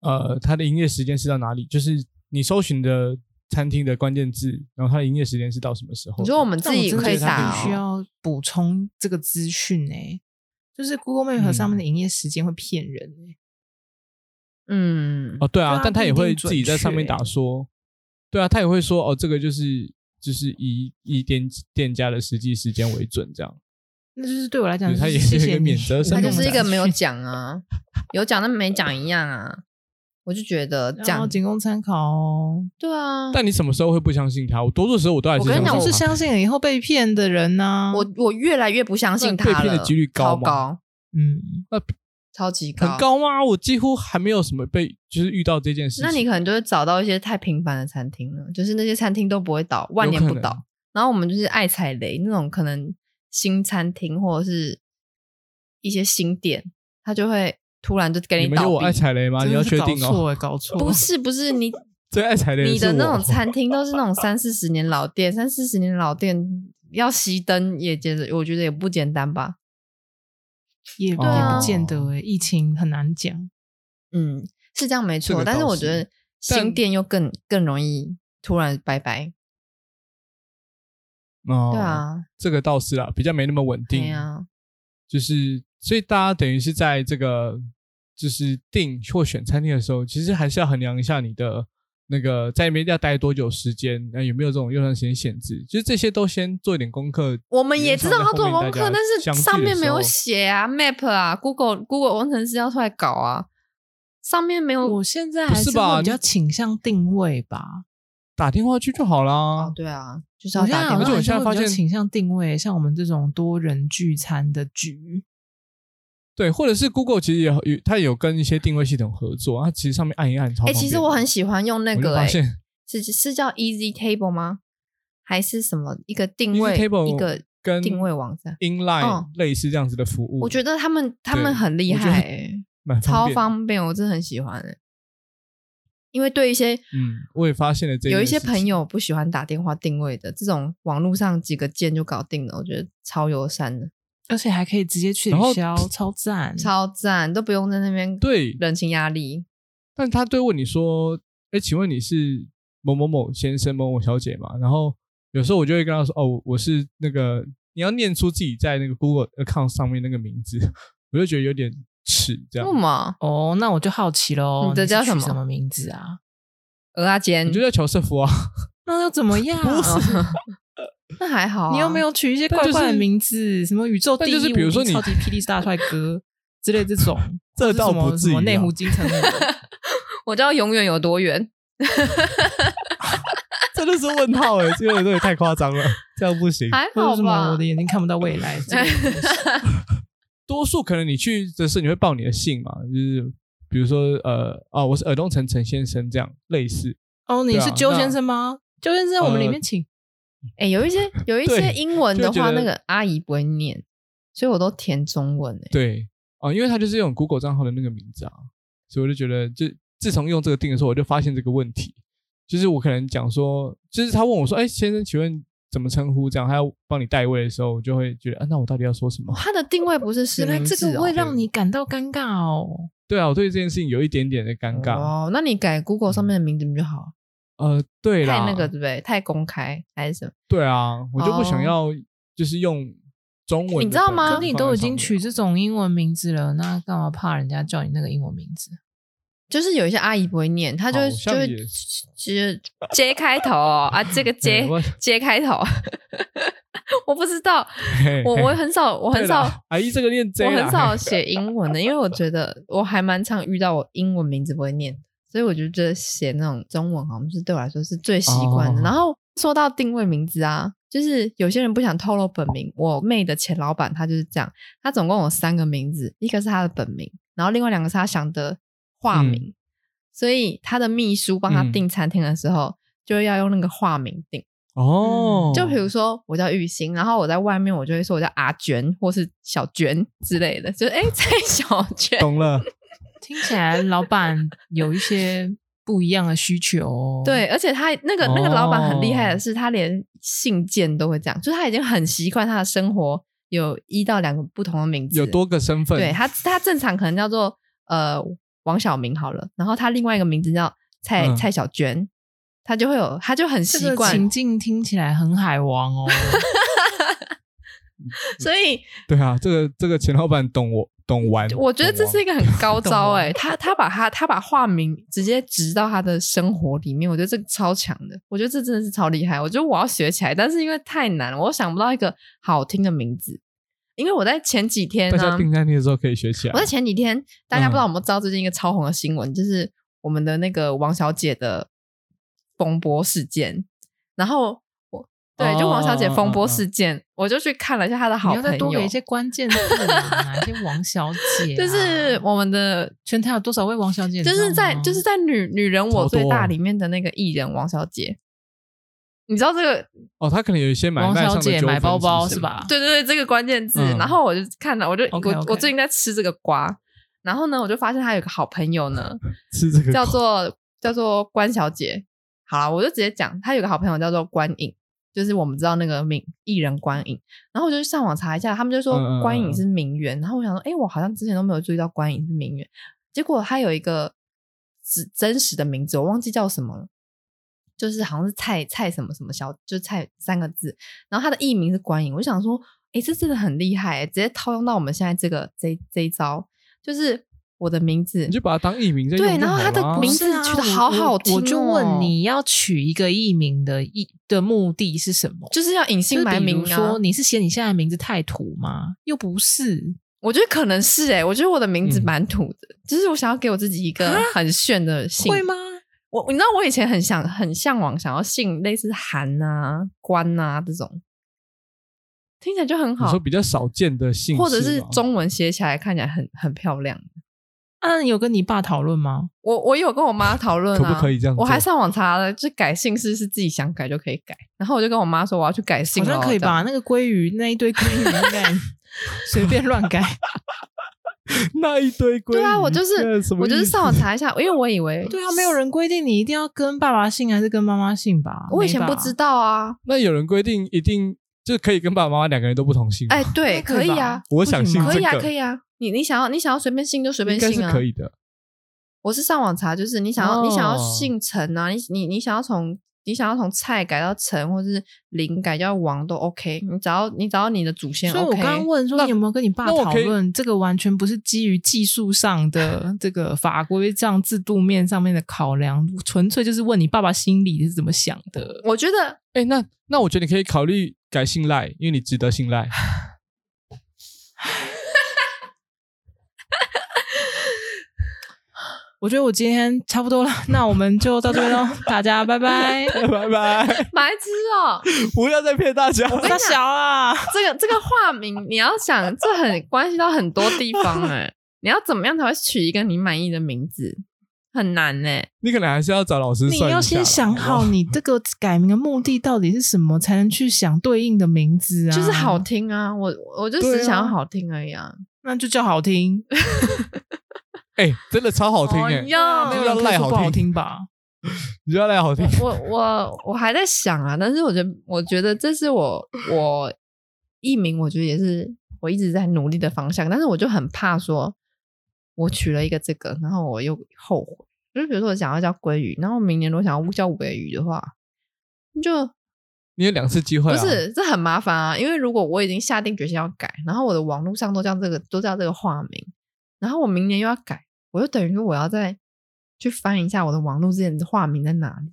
Speaker 1: 呃，它的营业时间是到哪里，就是你搜寻的餐厅的关键字，然后它的营业时间是到什么时候的。
Speaker 3: 你说我们自
Speaker 2: 哦但我
Speaker 3: 己
Speaker 2: 真的
Speaker 3: 可以
Speaker 2: 觉得他
Speaker 3: 打、
Speaker 2: 必须
Speaker 3: 哦，
Speaker 2: 要补充这个资讯哎、就是 Google Map 上面的营业时间会骗人、欸
Speaker 3: 嗯，
Speaker 1: 哦，对
Speaker 2: 对
Speaker 1: 啊
Speaker 2: 啊，
Speaker 1: 但他
Speaker 2: 不一
Speaker 1: 也会
Speaker 2: 定
Speaker 1: 自
Speaker 2: 准
Speaker 1: 己在上面
Speaker 2: 确
Speaker 3: 欸
Speaker 1: 打说，对啊，他也会说哦，这个就是就是以以店店家的实际时间为准这样。
Speaker 2: 那就是对我来讲，
Speaker 1: 对他
Speaker 2: 就
Speaker 1: 也
Speaker 2: 是谢
Speaker 1: 是有一
Speaker 2: 谢
Speaker 1: 个
Speaker 2: 你
Speaker 1: 免责声
Speaker 3: 他
Speaker 1: 那
Speaker 3: 就
Speaker 1: 我明们
Speaker 3: 是一
Speaker 1: 打
Speaker 2: [LAUGHS]
Speaker 3: 个没有讲啊，有讲但没讲一样啊。我就觉得
Speaker 2: 然后
Speaker 3: 讲
Speaker 2: 仅供参考哦。
Speaker 3: 对啊，
Speaker 1: 但你什么时候会不相信他？我多数时候我都还是
Speaker 3: 我跟你
Speaker 1: 相
Speaker 3: 讲
Speaker 2: 我
Speaker 3: 我
Speaker 2: 是
Speaker 1: 信他
Speaker 2: 相信了以后被骗的人呐、
Speaker 3: 我我越来越不相信
Speaker 1: 那被
Speaker 3: 他
Speaker 1: 骗
Speaker 3: 了，
Speaker 1: 的几率高
Speaker 3: 超
Speaker 1: 吗
Speaker 3: 高，
Speaker 2: 嗯，
Speaker 3: 超级高，
Speaker 1: 很。高吗？我几乎还没有什么被就是遇到这件事情。
Speaker 3: 那你可能就会找到一些太平凡的餐厅了，就是那些餐厅都不会倒，万年
Speaker 1: 有可
Speaker 3: 不
Speaker 1: 能
Speaker 3: 倒。然后我们就是爱踩雷那种，可能新餐厅或者是一些新店，他就会突然就给
Speaker 1: 你们
Speaker 3: 倒
Speaker 1: 有我
Speaker 3: 闭
Speaker 1: 爱。踩雷吗？你
Speaker 2: 真
Speaker 1: 要
Speaker 2: 的是
Speaker 1: 确
Speaker 2: 搞
Speaker 1: 定
Speaker 2: 错
Speaker 1: 哦，
Speaker 2: 欸，搞错，
Speaker 3: 不是不是你
Speaker 1: 最爱踩雷
Speaker 3: 你
Speaker 1: 是
Speaker 3: 的
Speaker 1: 我。
Speaker 3: 那种餐厅都是那种三四十年老店，三四十年老店要熄灯也觉得，我觉得也不简单吧。
Speaker 2: 也、
Speaker 1: 对
Speaker 2: 也
Speaker 3: 啊
Speaker 2: 不见得哎、疫情很难讲。
Speaker 3: 嗯，是这样没
Speaker 1: 这
Speaker 3: 错，
Speaker 1: 个
Speaker 3: 但是
Speaker 1: 倒
Speaker 3: 我
Speaker 1: 是
Speaker 3: 觉得新
Speaker 1: 但
Speaker 3: 店又更更容易突然拜拜。
Speaker 1: 哦，
Speaker 3: 对，啊，
Speaker 1: 这个倒是啦，比较没那么稳
Speaker 3: 对
Speaker 1: 定。
Speaker 3: 啊，
Speaker 1: 就是所以大家等于是在这个就是订或选餐厅的时候，其实还是要衡量一下你的那个在那边要待多久时间，那、有没有这种用餐时间限制，就是这些都先做一点功课。
Speaker 3: 我们也知道他做
Speaker 1: 理论
Speaker 3: 功
Speaker 1: 上在后
Speaker 3: 课，
Speaker 1: 面
Speaker 3: 但
Speaker 1: 大家
Speaker 3: 是上
Speaker 1: 相聚的
Speaker 3: 面没有
Speaker 1: 时候
Speaker 3: 写啊，Map 啊，Google Google 工程师要出来搞啊，上面没有。
Speaker 2: 我现在
Speaker 1: 不
Speaker 2: 还
Speaker 1: 是
Speaker 2: 是
Speaker 1: 吧
Speaker 2: 会比
Speaker 1: 你
Speaker 2: 较倾向定位吧。
Speaker 1: 打电话去就好啦
Speaker 3: 哦，。对啊，就是
Speaker 2: 我
Speaker 3: 要
Speaker 2: 现在
Speaker 3: 打电
Speaker 2: 好
Speaker 1: 而且
Speaker 2: 像
Speaker 1: 我
Speaker 3: 话
Speaker 1: 现在发
Speaker 2: 还是会比较
Speaker 1: 现
Speaker 2: 倾向定位，像我们这种多人聚餐的局，
Speaker 1: 对，或者是 Google 其实也有，它也有跟一些定位系统合作，它其实上面按一按超方
Speaker 3: 哎、
Speaker 1: 便的。
Speaker 3: 其实我很喜欢用那
Speaker 1: 我就
Speaker 3: 个、
Speaker 1: 发
Speaker 3: 哎，
Speaker 1: 现
Speaker 3: 是是叫 Easy Table 吗？还是什么一个定
Speaker 1: Easy
Speaker 3: 位
Speaker 1: Table
Speaker 3: 一个
Speaker 1: 跟
Speaker 3: 定位网站？
Speaker 1: Inline
Speaker 3: 嗯
Speaker 1: 类似这样子的服务，
Speaker 3: 我觉得他们他
Speaker 1: 对
Speaker 3: 们很厉
Speaker 1: 我觉得
Speaker 3: 害、
Speaker 1: 很
Speaker 3: 欸，
Speaker 1: 蛮
Speaker 3: 超
Speaker 1: 便的。
Speaker 3: 方便，我真的很喜欢、欸。因为对一些
Speaker 1: 嗯，我也发现了这
Speaker 3: 有一
Speaker 1: 件
Speaker 3: 些
Speaker 1: 事情
Speaker 3: 朋友不喜欢打电话定位的，这种网络上几个键就搞定了，我觉得超友善的，
Speaker 1: 嗯
Speaker 2: 而且还可以直接取
Speaker 1: 然后
Speaker 2: 消，超赞。
Speaker 3: 超赞，都不用在那边
Speaker 1: 对
Speaker 3: 人情压力。
Speaker 1: 但他对问你说：“哎，请问你是某某某先生、某某小姐吗？”然后有时候我就会跟他说：“哦，我我是那个你要念出自己在那个 Google account 上面那个名字。”我就觉得有点耻，这样
Speaker 3: 为。嘛？
Speaker 2: 哦，那我就好奇喽，
Speaker 3: 你的
Speaker 2: 是
Speaker 3: 叫
Speaker 2: 取
Speaker 3: 什
Speaker 2: 什
Speaker 3: 么
Speaker 2: 名字啊？
Speaker 3: 鹅阿坚
Speaker 1: 我，就叫乔瑟夫啊， [LAUGHS]
Speaker 2: 那又怎么样？
Speaker 3: 嗯 [LAUGHS] 那还好、啊
Speaker 2: 你有没？有取一
Speaker 1: [LAUGHS]
Speaker 2: 些怪
Speaker 1: 啊
Speaker 2: 怪
Speaker 1: 但就
Speaker 2: 的
Speaker 1: 是
Speaker 2: 名字？什么宇宙第一，
Speaker 1: 但就是比如说
Speaker 2: 无敌
Speaker 1: 你，
Speaker 2: 超级霹雳大帅哥之类这种
Speaker 1: [LAUGHS] 这
Speaker 2: 或是
Speaker 1: 倒
Speaker 2: 什么
Speaker 1: 不至于
Speaker 2: 什么
Speaker 1: 啊
Speaker 2: 内湖金城武，
Speaker 3: 我知道永远有多远。
Speaker 1: 真的是问号哎、这个有点太夸张了，这样不行。
Speaker 3: 还
Speaker 2: 或
Speaker 1: [LAUGHS]
Speaker 3: 好
Speaker 2: 者什么
Speaker 3: 吧
Speaker 2: 我的？眼睛看不到未来之类的东西。
Speaker 1: 多数可能你去的是你会报你的姓嘛，就是比如说呃哦，我是尔东城陈先生这样类似。
Speaker 2: 哦，你
Speaker 1: 对啊
Speaker 2: 是鸠
Speaker 1: 那
Speaker 2: 先生吗？鸠先生，我们里
Speaker 1: 呃
Speaker 2: 面请。
Speaker 3: 哎、有一些有一些
Speaker 1: 对
Speaker 3: 英文的
Speaker 1: 就觉
Speaker 3: 话，
Speaker 1: 得
Speaker 3: 那个阿姨不会念，所以我都填中文哎、
Speaker 1: 对啊、因为他就是用 Google 账号的那个名字啊，所以我就觉得，就自从用这个定的时候，我就发现这个问题，就是我可能讲说，就是他问我说，哎，先生，请问怎么称呼？这样他要帮你代位的时候，我就会觉得，啊，那我到底要说什么？ [LAUGHS]
Speaker 3: 它的定位不是实
Speaker 2: 原来
Speaker 3: 名
Speaker 2: 这
Speaker 3: 制
Speaker 2: 个
Speaker 3: 哦
Speaker 2: 会。让你感到尴尬哦。
Speaker 1: 对啊，我对这件事情有一点点的尴尬。
Speaker 3: 哦，那你改 Google 上面的名字不就好？
Speaker 1: 呃，对啦，
Speaker 3: 太那个对不对？太公开还是什么？
Speaker 1: 对啊，我就不想要，就是用中文的本子放在上面。
Speaker 3: 哦你知道吗
Speaker 2: 可是你都已经取这种英文名字了，那干嘛怕人家叫你那个英文名字？ [LAUGHS]
Speaker 3: 就是有一些阿姨不会念，她就会
Speaker 1: 哦好
Speaker 3: 就
Speaker 1: 像
Speaker 3: 会
Speaker 1: 也
Speaker 3: 就是 J 开头哦啊，
Speaker 1: [LAUGHS]
Speaker 3: 这个 J
Speaker 1: 哎我
Speaker 3: J 开头， [LAUGHS] 我不知道，
Speaker 1: 嘿，
Speaker 3: 我
Speaker 1: 嘿
Speaker 3: 我很少我很
Speaker 1: 对啦
Speaker 3: 少
Speaker 1: 阿姨这个念 J
Speaker 3: 我很
Speaker 1: 啦
Speaker 3: 少
Speaker 1: 嘿
Speaker 3: 写英文的，因为我觉得我还蛮常遇到我英文名字不会念，所以我就觉得写那种中文好像是对我来说是最习惯的。
Speaker 1: 哦
Speaker 3: 然后说到定位名字啊，就是有些人不想透露本名，我妹的前老板她就是这样，她总共有三个名字，一个是她的本名，然后另外两个是她想的化名，所以她的秘书帮她
Speaker 1: 嗯
Speaker 3: 订餐厅的时候，就要用那个化名订。
Speaker 1: 哦，
Speaker 3: 就比如说我叫玉兴，然后我在外面我就会说我叫阿娟或是小娟之类的，就是哎蔡、小娟，
Speaker 1: 懂了，
Speaker 2: 听起来老板有一些不一样的需求哦。
Speaker 3: 对，，而且他那个那个老板很厉害的
Speaker 1: 哦
Speaker 3: 是，他连信件都会这样，就是他已经很习惯他的生活有一到两个不同的名字，
Speaker 1: 有多个身份，
Speaker 3: 对他他正常可能叫做呃王小明好了，然后他另外一个名字叫蔡、
Speaker 1: 嗯
Speaker 3: 蔡小娟，他就会有他就很
Speaker 2: 这
Speaker 3: 习
Speaker 2: 个
Speaker 3: 惯，
Speaker 2: 情境听起来很海王哦。
Speaker 3: 所以
Speaker 1: 对啊，这个这个钱老板懂我懂玩，
Speaker 3: 嗯我觉得这是一
Speaker 1: 个
Speaker 3: 个很高招
Speaker 2: [LAUGHS] 懂
Speaker 3: 哎、他他把他他把化名直接植到他的生活里面，我觉得这个超强的，我觉得这真的是超厉害，我觉得我要学起来，但是因为太难了，我想不到一个好听的名字，因为我在前几天
Speaker 1: 大
Speaker 3: 呢、
Speaker 1: 家订餐厅的时候可以学起来
Speaker 3: 我在。前几天大家不知
Speaker 2: 嗯
Speaker 3: 道有没有知道最近一个超红的新闻，就是我们的那个王小姐的风波事件，然后。我对，就王小
Speaker 2: 哦
Speaker 3: 姐风波事件，我就去看了一下她的好
Speaker 2: 嗯你
Speaker 3: 朋
Speaker 2: 要
Speaker 3: 友，
Speaker 2: 再多给一些关键字啊，哪些王小姐啊？
Speaker 3: [LAUGHS] 就是我们的
Speaker 2: 全台有多少位王小姐？你
Speaker 3: 就
Speaker 2: 知道
Speaker 3: 是在
Speaker 2: 吗
Speaker 3: 就是在女女人我最
Speaker 1: 超多
Speaker 3: 大
Speaker 1: 哦
Speaker 3: 里面的那个艺人王小姐，你知道这个？
Speaker 1: 哦，他可能有一些买
Speaker 2: 王
Speaker 1: 卖上
Speaker 2: 小
Speaker 1: 的
Speaker 2: 姐
Speaker 1: 纠
Speaker 2: 买
Speaker 1: 纷
Speaker 2: 包包
Speaker 1: 是
Speaker 2: 是
Speaker 1: 不是？
Speaker 2: 吧？
Speaker 3: 对对对，这个关键字。
Speaker 1: 嗯
Speaker 3: 然后我就看了，我就
Speaker 2: OK，OK
Speaker 3: 我我最近在吃这个瓜，然后呢，我就发现她有个好朋友呢，
Speaker 1: 是这个
Speaker 3: 叫做叫做关小姐。好了，我就直接讲，她有个好朋友叫做关颖，就是我们知道那个名艺人关颖。然后我就上网查一下，他们就
Speaker 1: 嗯嗯
Speaker 3: 说
Speaker 1: 嗯
Speaker 3: 关颖是名媛。然后我想说，哎、我好像之前都没有注意到关颖是名媛。结果她有一个只真实的名字，我忘记叫什么了，就是好像是蔡蔡什么什么小，就蔡三个字。然后她的艺名是关颖，我就想说，哎、这真的很厉害、直接套用到我们现在这个这这一招，就是我的名字，
Speaker 1: 你就把它当艺名在用
Speaker 3: 对
Speaker 1: 就
Speaker 3: 然后
Speaker 1: 好
Speaker 3: 他的
Speaker 1: 啦
Speaker 3: 名字
Speaker 2: 不是啊
Speaker 3: 取得
Speaker 2: 我
Speaker 3: 好好
Speaker 2: 我
Speaker 3: 听
Speaker 2: 我就
Speaker 3: 哦
Speaker 2: 问你要取一个艺名的艺的目的是什么？
Speaker 3: 就是要隐姓
Speaker 2: 就
Speaker 3: 埋
Speaker 2: 比
Speaker 3: 名
Speaker 2: 如
Speaker 3: 啊。
Speaker 2: 说你是嫌你现在的名字太土吗？又不是，
Speaker 3: 我觉得可能是哎、我觉得我的名字
Speaker 1: 嗯
Speaker 3: 蛮土的，就是我想要给我自己一个
Speaker 2: 啊
Speaker 3: 很炫的姓。
Speaker 2: 会吗？
Speaker 3: 我你知道我以前很想很向往想要姓类似韩啊、关啊这种，听起来就很
Speaker 1: 你
Speaker 3: 好
Speaker 1: 说，比较少见的姓氏吗，啊
Speaker 3: 或者是中文写起来看起来很很漂亮。
Speaker 2: 啊，你有跟你爸讨论吗？
Speaker 3: 我我有跟我妈讨论、啊，
Speaker 1: 可不可以这样做
Speaker 3: 我还上网查了，就改姓氏是自己想改就可以改。然后我就跟我妈说我要去改姓
Speaker 2: 好
Speaker 3: 了，
Speaker 2: 像可以
Speaker 3: 这样
Speaker 2: 吧？？那个鲑鱼那一堆鲑鱼应该 [LAUGHS] 随便乱改，
Speaker 1: 那一堆规律。
Speaker 3: 对啊，我就是
Speaker 1: 那什么
Speaker 3: 我就是
Speaker 1: 意思
Speaker 3: 上网查一下，因为我以为
Speaker 2: [LAUGHS] 对啊，没有人规定你一定要跟爸爸姓还是跟妈妈姓吧？
Speaker 3: 我以前
Speaker 2: 没吧
Speaker 3: 不知道啊。
Speaker 1: 那有人规定一定就可以跟爸爸妈妈两个人都不同姓吗，
Speaker 2: [LAUGHS]
Speaker 3: 哎，对，
Speaker 2: 那可
Speaker 3: 可
Speaker 2: 以吧
Speaker 3: 以啊，
Speaker 1: 我想姓
Speaker 3: 可以啊，
Speaker 1: 这个
Speaker 3: 可以啊。你你想要你想要随便姓就随便
Speaker 1: 应该是
Speaker 3: 姓啊。
Speaker 1: 可以的。
Speaker 3: 我是上网查，就是你想要、你想要
Speaker 1: 哦
Speaker 3: 姓陈啊，你你你想要从你想要从蔡改到陈，或是林改叫王都 OK。你只要你只要你的祖先
Speaker 2: 所以
Speaker 3: OK。
Speaker 2: 我刚刚问说
Speaker 1: 那
Speaker 2: 你有没有跟你爸
Speaker 1: 那我
Speaker 2: 讨
Speaker 1: 可以
Speaker 2: 论，这个完全不是基于技术上 [LAUGHS] 的这个法规这样制度面上面的考量，纯粹就是问你爸爸心里是怎么想的。
Speaker 3: 我觉得
Speaker 1: 哎，那那我觉得你可以考虑改姓赖，因为你值得信赖。 [LAUGHS]
Speaker 2: 我觉得我今天差不多了，那我们就到这边喽，大家拜拜。
Speaker 1: 拜
Speaker 3: [LAUGHS]
Speaker 1: 拜，
Speaker 3: 白痴哦、
Speaker 1: 不要再骗大家了。
Speaker 2: 大小啊，
Speaker 3: 这个这个化名，你要想，这很关系到很多地方哎、你要怎么样才会取一个你满意的名字，很难呢、哎
Speaker 1: 你可能还是要找老师
Speaker 2: 你
Speaker 1: 算一
Speaker 2: 要
Speaker 1: 下啦
Speaker 2: 先想好你这个改名的目的到底是什么，才能去想对应的名字啊。
Speaker 3: 就是好，听啊，我我就
Speaker 1: 对
Speaker 3: 只
Speaker 1: 啊
Speaker 3: 想要好听而已啊。
Speaker 2: 那就叫好听。
Speaker 1: 哎、真的超好听哎、
Speaker 3: 哎呀
Speaker 2: 没有人
Speaker 1: 赖
Speaker 2: 会说
Speaker 1: 好
Speaker 2: 不好
Speaker 1: 听
Speaker 2: 听吧？
Speaker 1: 你要来好听。
Speaker 3: 我我我还在想啊，但是我觉得我觉得这是我我艺名，我觉得也是我一直在努力的方向，但是我就很怕说，我取了一个这个，然后我又后悔。就是比如说我想要叫鲑鱼，然后明年如果想要叫尾鱼的话，就
Speaker 1: 你有两次机会、
Speaker 3: 不
Speaker 1: 啊，
Speaker 3: 是，这很麻烦啊！因为如果我已经下定决心要改，然后我的网络上都叫这个都叫这个化名，然后我明年又要改，我就等于说我要再去翻一下我的网络之前的化名在哪里，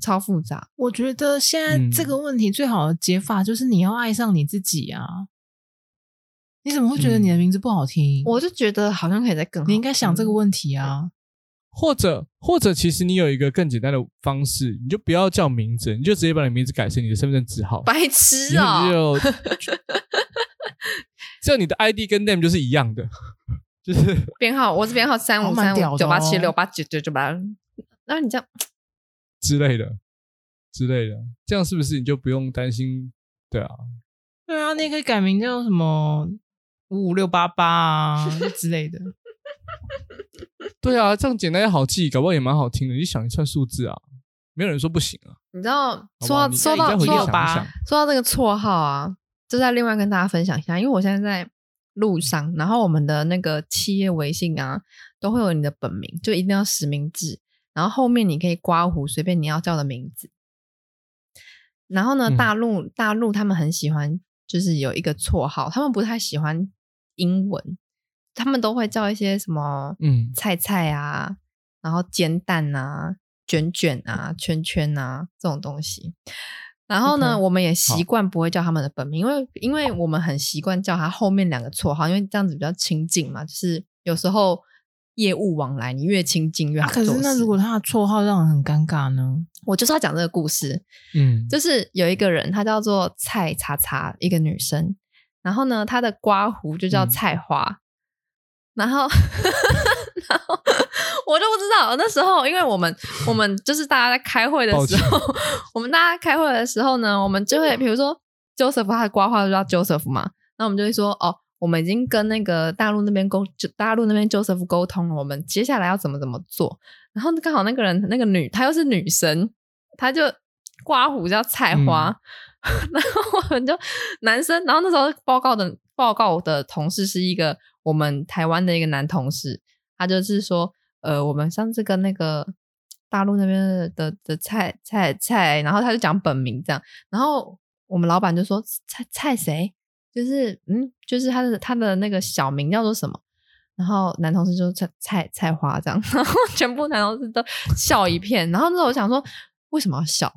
Speaker 3: 超复杂。
Speaker 2: 我觉得现在这个问题最好的解法就是你要爱上你自己啊！你怎么会觉得你的名字不好听？
Speaker 3: 我就觉得好像可以再更好
Speaker 2: 你应该想这个
Speaker 3: 嗯
Speaker 2: 问题啊！
Speaker 1: 或者或者其实你有一个更简单的方式，你就不要叫名字，你就直接把你的名字改成你的身份证字号，
Speaker 3: 白痴
Speaker 1: 然后你
Speaker 3: 哦、
Speaker 1: 就
Speaker 3: [LAUGHS]
Speaker 1: 这样你的 ID 跟 name 就是一样的， [LAUGHS] 就是
Speaker 3: 编号我是编号三
Speaker 2: 好
Speaker 3: 五
Speaker 2: 蛮
Speaker 3: 三
Speaker 2: 屌
Speaker 3: 五
Speaker 2: 的
Speaker 3: 九八七
Speaker 2: 哦
Speaker 3: 六八九九九八，那你这样
Speaker 1: 之类的之类的，这样是不是你就不用担心？对啊，
Speaker 2: 对啊，你也可以改名叫什么五五六八八啊之类的。
Speaker 1: 对啊，这样简单又好记，搞不好也蛮好听的。你想一串数字啊，没有人说不行啊。
Speaker 3: 你知道
Speaker 1: 好
Speaker 3: 说
Speaker 1: 不好
Speaker 3: 到
Speaker 1: 你
Speaker 3: 说
Speaker 1: 你再
Speaker 3: 到
Speaker 1: 回去想
Speaker 3: 说到
Speaker 1: 一
Speaker 2: 吧
Speaker 1: 想，
Speaker 3: 说到这个绰号啊，就在另外跟大家分享一下，因为我现在在路上，然后我们的那个企业微信啊，都会有你的本名，就一定要实名制，然后后面你可以刮胡随便你要叫的名字。然后呢，
Speaker 1: 嗯
Speaker 3: 大陆、大陆他们很喜欢，就是有一个绰号，他们不太喜欢英文，他们都会叫一些什么
Speaker 1: 嗯
Speaker 3: 菜菜啊，然后煎蛋啊、卷卷啊、圈圈啊这种东西。然后呢
Speaker 1: OK，
Speaker 3: 我们也习惯不会叫他们的本名，因为因为我们很习惯叫他后面两个绰号，因为这样子比较亲近嘛。就是有时候业务往来，你越亲近越
Speaker 2: 啊，
Speaker 3: 好做
Speaker 2: 可
Speaker 3: 事。
Speaker 2: 是那如果他的绰号让人很尴尬呢？
Speaker 3: 我就是要讲这个故事，
Speaker 1: 嗯，
Speaker 3: 就是有一个人，她叫做蔡茶茶，一个女生。然后呢，她的刮胡就叫
Speaker 1: 嗯
Speaker 3: 菜花。然后， [LAUGHS] 然后我就不知道那时候，因为我们我们就是大家在开会的
Speaker 1: 抱
Speaker 3: 时
Speaker 1: 歉
Speaker 3: 候， [LAUGHS] 我们大家开会的时候呢，我们就会比如说 Joseph 他的刮花就叫 Joseph 嘛，那我们就会说哦，我们已经跟那个大陆那边沟，就大陆那边 Joseph 沟通了，我们接下来要怎么怎么做。然后刚好那个人，那个女，她又是女生，她就刮胡叫菜花， [LAUGHS] 然后我们就男生，然后那时候报告的报告的同事是一个我们台湾的一个男同事，他就是说，呃，我们上次跟那个大陆那边的的的菜菜菜，然后他就讲本名这样，然后我们老板就说菜菜谁，就是嗯，就是他的他的那个小名叫做什么。然后男同事就菜菜菜花这样， [LAUGHS] 然后全部男同事都笑一片。然后那时候我想说，为什么要笑？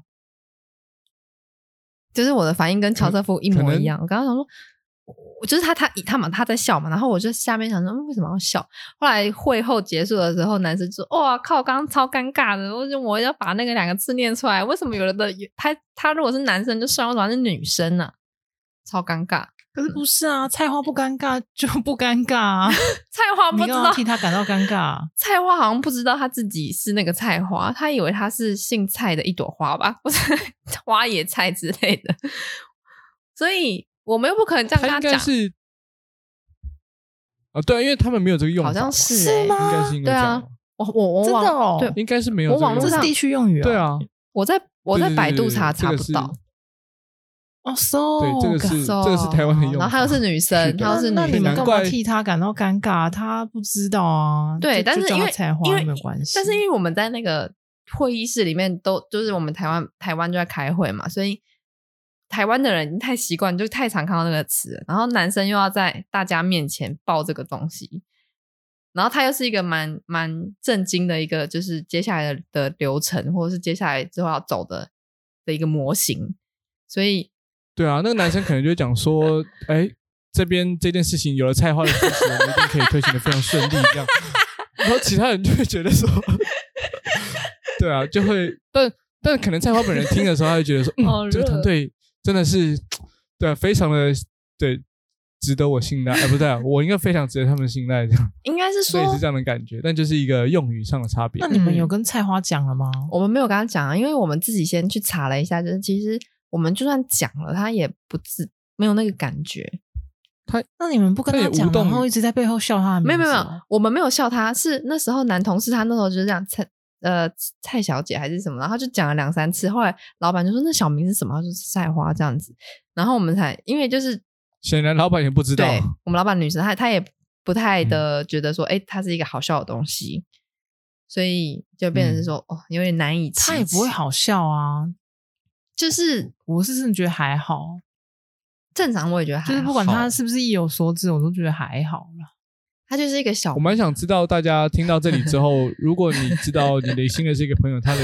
Speaker 3: 就是我的反应跟乔瑟夫一模一样。我刚刚想说，我我就是他他他嘛他在笑嘛，然后我就下面想说、嗯为什么要笑？后来会后结束的时候，男生就说：“哇靠，刚刚超尴尬的，我就我要把那个两个字念出来，为什么有的他他如果是男生就算，为什么他是女生呢、超尴尬，
Speaker 2: 可是不是啊，菜花不尴尬就不尴尬啊！
Speaker 3: 菜
Speaker 2: [LAUGHS]
Speaker 3: 花
Speaker 2: 你
Speaker 3: 不知
Speaker 2: 刚
Speaker 3: 道
Speaker 2: 刚替他感到尴
Speaker 1: [LAUGHS]
Speaker 2: 尬。
Speaker 3: [LAUGHS]
Speaker 2: 啊
Speaker 3: 菜花好像不知道他自己是那个菜花，他以为他是姓蔡的一朵花吧，或者花野菜之类的。所以我们又不可能这样跟
Speaker 1: 他应该
Speaker 3: 讲，
Speaker 1: 是啊，对啊，因为他们没有这个用法
Speaker 3: 好
Speaker 1: 嘛，
Speaker 3: 像是、
Speaker 2: 是
Speaker 3: 欸、
Speaker 2: 吗
Speaker 1: 应该是因为这样吧，
Speaker 3: 我我我
Speaker 2: 真的
Speaker 3: 往
Speaker 2: 哦
Speaker 3: 对，
Speaker 1: 应该是没有
Speaker 3: 我
Speaker 1: 这个
Speaker 3: 网
Speaker 1: 用
Speaker 3: 络
Speaker 2: 这
Speaker 1: 法。
Speaker 2: 是
Speaker 3: 上
Speaker 2: 地区用语、
Speaker 1: 对，啊，
Speaker 3: 我在我在
Speaker 1: 对对对
Speaker 3: 百度查
Speaker 1: 对这
Speaker 3: 查
Speaker 1: 个
Speaker 3: 不
Speaker 1: 是
Speaker 3: 到，
Speaker 2: 哦，so
Speaker 1: 对，这个是
Speaker 3: 哦
Speaker 1: 这个是台湾的用法，
Speaker 3: 然后她又是女生，
Speaker 1: 是的
Speaker 3: 她又是
Speaker 2: 那那你
Speaker 3: 女
Speaker 2: 们
Speaker 1: 难
Speaker 2: 干
Speaker 1: 怪
Speaker 3: 生。
Speaker 2: 嘛替他感到尴尬？啊他不知道啊。
Speaker 3: 对
Speaker 2: 就
Speaker 3: 但
Speaker 2: 就是叫
Speaker 3: 因
Speaker 2: 他
Speaker 3: 为
Speaker 2: 才
Speaker 3: 因
Speaker 2: 华
Speaker 3: 为
Speaker 2: 没有关系，
Speaker 1: 嗯
Speaker 3: 但是因为我们在那个会议室里面都就是我们台湾台湾就在开会嘛，所以台湾的人太习惯，就太常看到那个词了，然后男生又要在大家面前报这个东西，然后他又是一个蛮蛮震惊的一个，就是接下来的的流程，或者是接下来之后要走的的一个模型，所以
Speaker 1: 对啊，那个男生可能就会讲说，哎，这边这件事情有了菜花的支持，我们一定可以推行的非常顺利，这样。然后其他人就会觉得说， [LAUGHS] 对啊，就会，但但可能菜花本人听的时候，他就觉得说，
Speaker 3: 好
Speaker 1: 嗯，
Speaker 3: 热
Speaker 1: 这个团队真的是，对、啊，非常的对，值得我信赖，哎、不对、啊，我应该非常值得他们信赖，这样
Speaker 3: 应该是说
Speaker 1: 类似这样的感觉，但就是一个用语上的差别
Speaker 2: 那。你们
Speaker 3: 嗯
Speaker 2: 有跟菜花讲了吗？
Speaker 3: 我们没有跟他讲啊，因为我们自己先去查了一下，就是其实我们就算讲了，他也不自没有那个感觉。
Speaker 2: 那你们不跟
Speaker 1: 他
Speaker 2: 他
Speaker 1: 也
Speaker 2: 讲
Speaker 1: 无，动
Speaker 2: 然
Speaker 1: 于
Speaker 2: 后一直在背后笑他的名字？哦
Speaker 3: 没有没有没有，，我们没有笑他，是那时候男同事他那时候就是这样蔡呃蔡小姐还是什么，然后他就讲了两三次，后来老板就说那小名是什么，他说是赛花这样子，然后我们才因为就是
Speaker 1: 显然老板也不知道，
Speaker 3: 对我们老板女生，她她也不太
Speaker 2: 嗯
Speaker 3: 的觉得说，哎、它是一个好笑的东西，所以就变成是说、哦有点难以启
Speaker 2: 嗯
Speaker 3: 齿，
Speaker 2: 他也不会好笑啊。
Speaker 3: 就是
Speaker 2: 我是真的觉得还好，
Speaker 3: 正常，我也觉得还
Speaker 2: 就是不
Speaker 3: 好
Speaker 2: 管
Speaker 1: 好
Speaker 2: 他是不是意有所指，我都觉得还好啦。
Speaker 3: 它就是一个小
Speaker 1: 我蛮想知道大家听到这里之
Speaker 3: [LAUGHS]
Speaker 1: 后，如果你知道你的新的这个朋友他的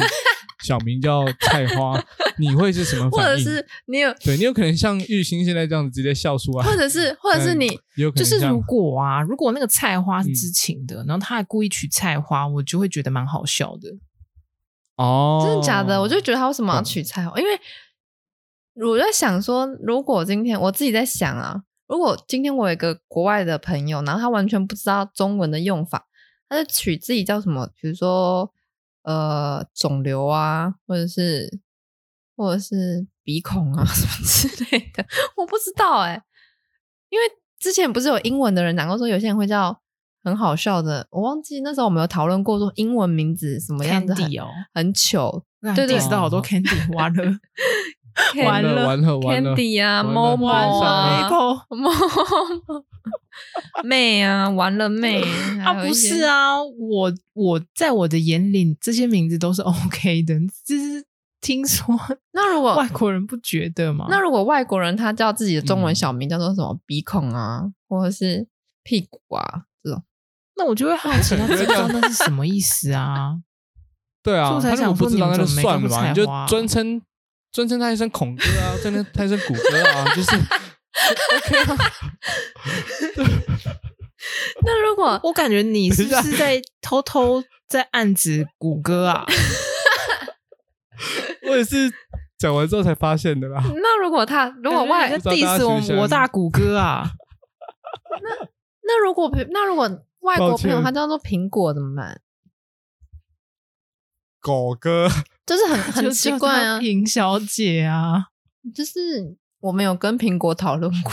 Speaker 1: 小名叫菜花，
Speaker 3: [LAUGHS]
Speaker 1: 你会是什么
Speaker 3: 或
Speaker 1: 反
Speaker 3: 者
Speaker 1: 应？
Speaker 3: 是你有，
Speaker 1: 对你有可能像玉兴现在这样子直接笑出来，
Speaker 3: 或者是或者是
Speaker 2: 嗯
Speaker 1: 但
Speaker 3: 你，
Speaker 1: 也有可
Speaker 2: 就
Speaker 1: 能
Speaker 2: 是
Speaker 1: 这样嗯
Speaker 2: 如果啊，如果那个菜花是知情的，然后他还故意取菜花，我就会觉得蛮好笑的。
Speaker 1: 哦，
Speaker 3: 真的假的？我就觉
Speaker 1: 得
Speaker 3: 得他为什么要
Speaker 1: 懂
Speaker 3: 取菜花？因为我在想说，如果今天我自己在想啊，如果今天我有一个国外的朋友，然后他完全不知道中文的用法，他就取自己叫什么，比如说呃肿瘤啊，或者是或者是鼻孔啊什么之类的，我不知道哎、因为之前不是有英文的人讲过说，有些人会叫。很好笑的，我忘记那时候我们有讨论过，说英文名字什么样子很
Speaker 2: Candy 哦，
Speaker 3: 很糗，对对
Speaker 2: 知道好
Speaker 1: 哦
Speaker 2: 多 Candy
Speaker 1: [LAUGHS]
Speaker 2: 完了，
Speaker 1: 完
Speaker 2: 完
Speaker 1: 了
Speaker 2: 了
Speaker 1: 完了完了
Speaker 3: Candy 啊，
Speaker 1: 完了
Speaker 3: 猫猫
Speaker 1: 啊
Speaker 3: 啊，
Speaker 2: Apple
Speaker 3: 猫猫妹啊，完了妹
Speaker 2: 啊，不是，啊，我我在我的眼里，这些名字都是 [LAUGHS] OK 的，只是听说
Speaker 3: 还有一些那如
Speaker 1: 哦
Speaker 3: 果
Speaker 2: 外国人不觉得嘛。
Speaker 3: 那如果外国人他叫自己的中文
Speaker 1: 嗯
Speaker 3: 小名叫做什么鼻孔啊，或者是屁股啊这种，
Speaker 2: 那我就会好奇，他知道那是什么意思啊？
Speaker 1: 对啊
Speaker 2: 所以，我才
Speaker 1: 他如果不
Speaker 2: 想说
Speaker 1: 知
Speaker 2: 你
Speaker 1: 道
Speaker 2: 们
Speaker 1: 那就
Speaker 2: 怎么没
Speaker 1: 算了
Speaker 2: 看过
Speaker 1: 嘛，
Speaker 2: 菜
Speaker 1: 你就
Speaker 2: 花啊
Speaker 1: 尊称尊称他一声孔哥啊， [LAUGHS] 尊称他一声谷哥啊，就是 OK 啊，
Speaker 3: 那如果
Speaker 2: [LAUGHS] 我感觉你是不
Speaker 1: 等一
Speaker 2: 是在偷偷在暗指谷歌啊？
Speaker 1: 我也是讲完之后才发现的啦。
Speaker 3: 那如果他如果外
Speaker 2: 感觉你在 diss 我我大谷歌啊？
Speaker 3: 那如果那如果外
Speaker 1: 抱
Speaker 3: 国
Speaker 1: 歉
Speaker 3: 朋友他叫做苹果怎么办？
Speaker 1: 狗哥，
Speaker 3: 就是
Speaker 1: [LAUGHS]
Speaker 3: 很很
Speaker 2: 就
Speaker 3: 奇怪
Speaker 2: 叫
Speaker 3: 啊
Speaker 2: 她，平小姐啊，
Speaker 3: 就是我们有跟苹果讨论过，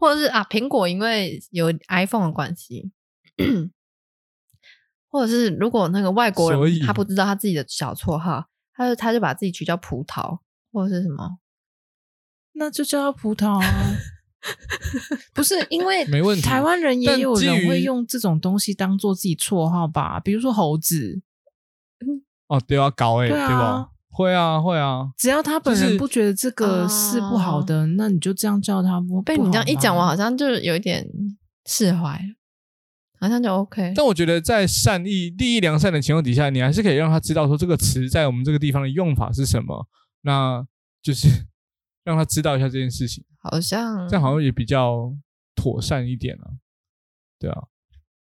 Speaker 3: 或者是啊，苹果因为有 iPhone 的关系，或者是如果那个外国
Speaker 1: 所以
Speaker 3: 人他不知道他自己的小绰号，他就他就把自己取叫葡萄或者是什么，
Speaker 2: 那就叫她葡萄啊。不是因 [LAUGHS] 为
Speaker 1: 没 [LAUGHS] 问题啊
Speaker 2: 台湾人也
Speaker 1: 但
Speaker 2: 有
Speaker 1: 基于
Speaker 2: 人会用这种东西当做自己绰号吧，比如说猴子，
Speaker 1: 哦，对啊，搞哎、
Speaker 2: 对啊
Speaker 1: 对吧？会啊，会啊，
Speaker 2: 只要他本
Speaker 1: 就
Speaker 2: 人
Speaker 1: 是
Speaker 2: 不觉得这个是不好的，那你就这样叫他不。
Speaker 3: 哦被你这样一讲，
Speaker 2: 不
Speaker 3: 我
Speaker 2: 好吗
Speaker 3: 好像就是有一点释怀了，好像就 OK。
Speaker 1: 但我觉得在善意、利益良善的情况底下，你还是可以让他知道说这个词在我们这个地方的用法是什么，那就是 [LAUGHS] 让他知道一下这件事情，
Speaker 3: 好像
Speaker 1: 这样好像也比较妥善一点啊。对啊，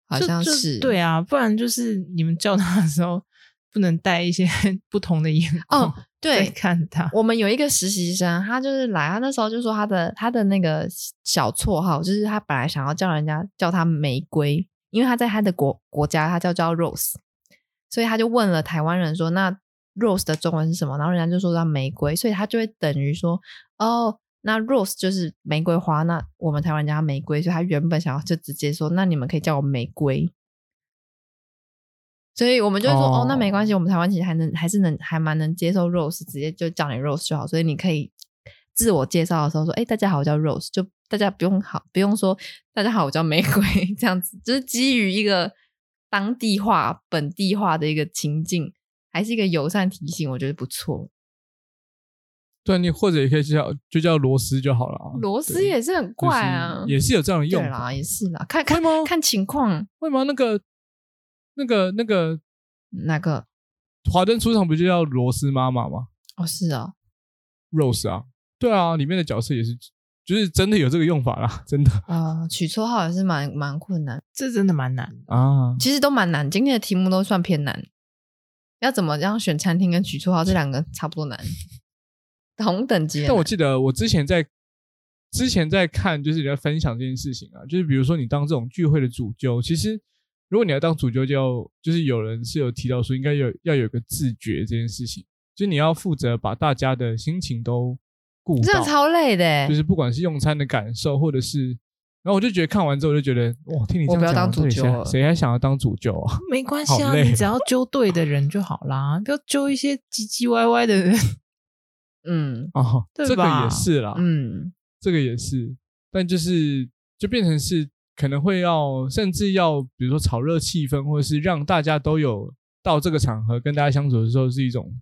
Speaker 3: 好
Speaker 2: 就
Speaker 3: 像
Speaker 2: 就是对啊，不然就是你们叫他的时候不能带一些 [LAUGHS] 不同的眼光
Speaker 3: 哦，对
Speaker 2: 在，看他。
Speaker 3: 我们有一个实习生，他就是来，他那时候就说他的他的那个小绰号，就是他本来想要叫人家叫他玫瑰，因为他在他的国国家他叫叫 Rose，所以他就问了台湾人说那 Rose 的中文是什么，然后人家就说他玫瑰，所以他就会等于说哦，那 Rose 就是玫瑰花，那我们台湾人叫它玫瑰，所以他原本想要就直接说那你们可以叫我玫瑰。所以我们就会说哦
Speaker 1: 哦
Speaker 3: 那没关系，我们台湾其实还能还是能还蛮能接受 Rose，直接就叫你 Rose 就好。所以你可以自我介绍的时候说，哎、大家好，我叫 Rose，就大家不用好不用说大家好，我叫玫瑰这样子，就是基于一个当地化、本地化的一个情境，还是一个友善提醒，我觉得不错。
Speaker 1: 对啊你或者也可以叫就叫螺丝就好了啊。
Speaker 3: 螺丝
Speaker 1: 对
Speaker 3: 也是很怪啊，
Speaker 1: 就是也是有这样的用
Speaker 3: 对
Speaker 1: 法
Speaker 3: 啦，也是啦，看
Speaker 1: 会
Speaker 3: 看
Speaker 1: 吗？
Speaker 3: 看情况，
Speaker 1: 会吗？那个那个那个
Speaker 3: 哪个
Speaker 1: 华灯初上不就叫螺丝妈妈吗
Speaker 3: 哦是哦，
Speaker 1: ？Rose 啊，对啊，里面的角色也是，就是真的有这个用法啦， [LAUGHS] 真的
Speaker 3: 啊、取绰号也是蛮蛮困难，
Speaker 2: 这真的蛮难的。
Speaker 1: 啊。
Speaker 3: 其实都蛮难。今天的题目都算偏难，要怎么样选餐厅跟取绰号这两个差不多难，同等级的
Speaker 1: 但我
Speaker 3: 难。
Speaker 1: 记得我之前在之前在看，就是人家分享这件事情啊，就是比如说你当这种聚会的主揪，其实如果你要当主揪，就要就是有人是有提到说应该有要有个自觉这件事情，就是你要负责把大家的心情都顾
Speaker 3: 真的
Speaker 1: 到，
Speaker 3: 超累的欸，
Speaker 1: 就是不管是用餐的感受，或者是，然后我就觉得看完之后我就觉得，哇，听你这样
Speaker 3: 我
Speaker 1: 讲，
Speaker 3: 不要当主
Speaker 1: 到底谁
Speaker 3: 揪了
Speaker 1: 谁还想要当主揪啊？ [LAUGHS]
Speaker 2: 没关系
Speaker 1: 好
Speaker 2: 啊，
Speaker 1: 累哦
Speaker 2: 你
Speaker 1: [LAUGHS]
Speaker 2: 只要揪对的人就好啦，不要揪一些唧唧歪歪的人。
Speaker 3: 嗯
Speaker 1: 哦，
Speaker 2: 对
Speaker 1: 这个
Speaker 2: 吧
Speaker 1: 也是啦，
Speaker 3: 嗯，
Speaker 1: 这个也是，但就是就变成是可能会要，甚至要比如说炒热气氛，或者是让大家都有到这个场合跟大家相处的时候是一种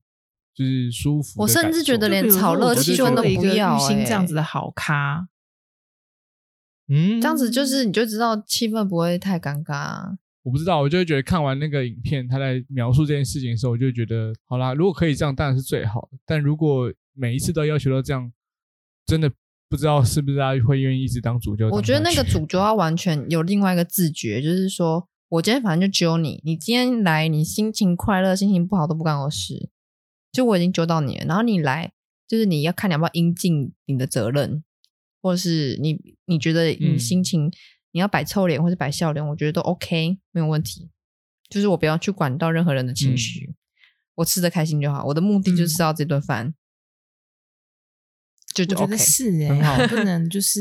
Speaker 1: 就是舒服的
Speaker 3: 我
Speaker 1: 感受。
Speaker 3: 甚至觉得
Speaker 2: 就
Speaker 3: 连
Speaker 2: 比如说
Speaker 3: 炒热
Speaker 2: 我就
Speaker 1: 气
Speaker 2: 揪
Speaker 1: 氛
Speaker 2: 了
Speaker 1: 都
Speaker 2: 一
Speaker 3: 不
Speaker 2: 个
Speaker 3: 要
Speaker 2: 玉兴
Speaker 3: 欸
Speaker 2: 这样子的好咖，
Speaker 1: 嗯
Speaker 3: 这样子就是你就知道气氛不会太尴尬啊。
Speaker 1: 我不知道，我就会觉得看完那个影片，他在描述这件事情的时候，我就会觉得好啦，如果可以这样当然是最好的，但如果每一次都要求到这样，真的不知道是不是大家会愿意一直当主角。
Speaker 3: 我觉得那个主角要完全有另外一个自觉，就是说我今天反正就揪你，你今天来，你心情快乐、心情不好都不干我事，就我已经揪到你了。然后你来，就是你要看你要不要应尽你的责任，或是你你觉得你
Speaker 1: 嗯
Speaker 3: 心情、你要摆臭脸或是摆笑脸，我觉得都 OK，没有问题。就是我不要去管到任何人的
Speaker 2: 嗯
Speaker 3: 情绪，我吃的开心就好。我的目的就是吃到这顿饭，就
Speaker 2: 我
Speaker 3: 就
Speaker 2: 觉
Speaker 3: OK
Speaker 2: 得。是
Speaker 1: 很好
Speaker 2: 哎，不能就是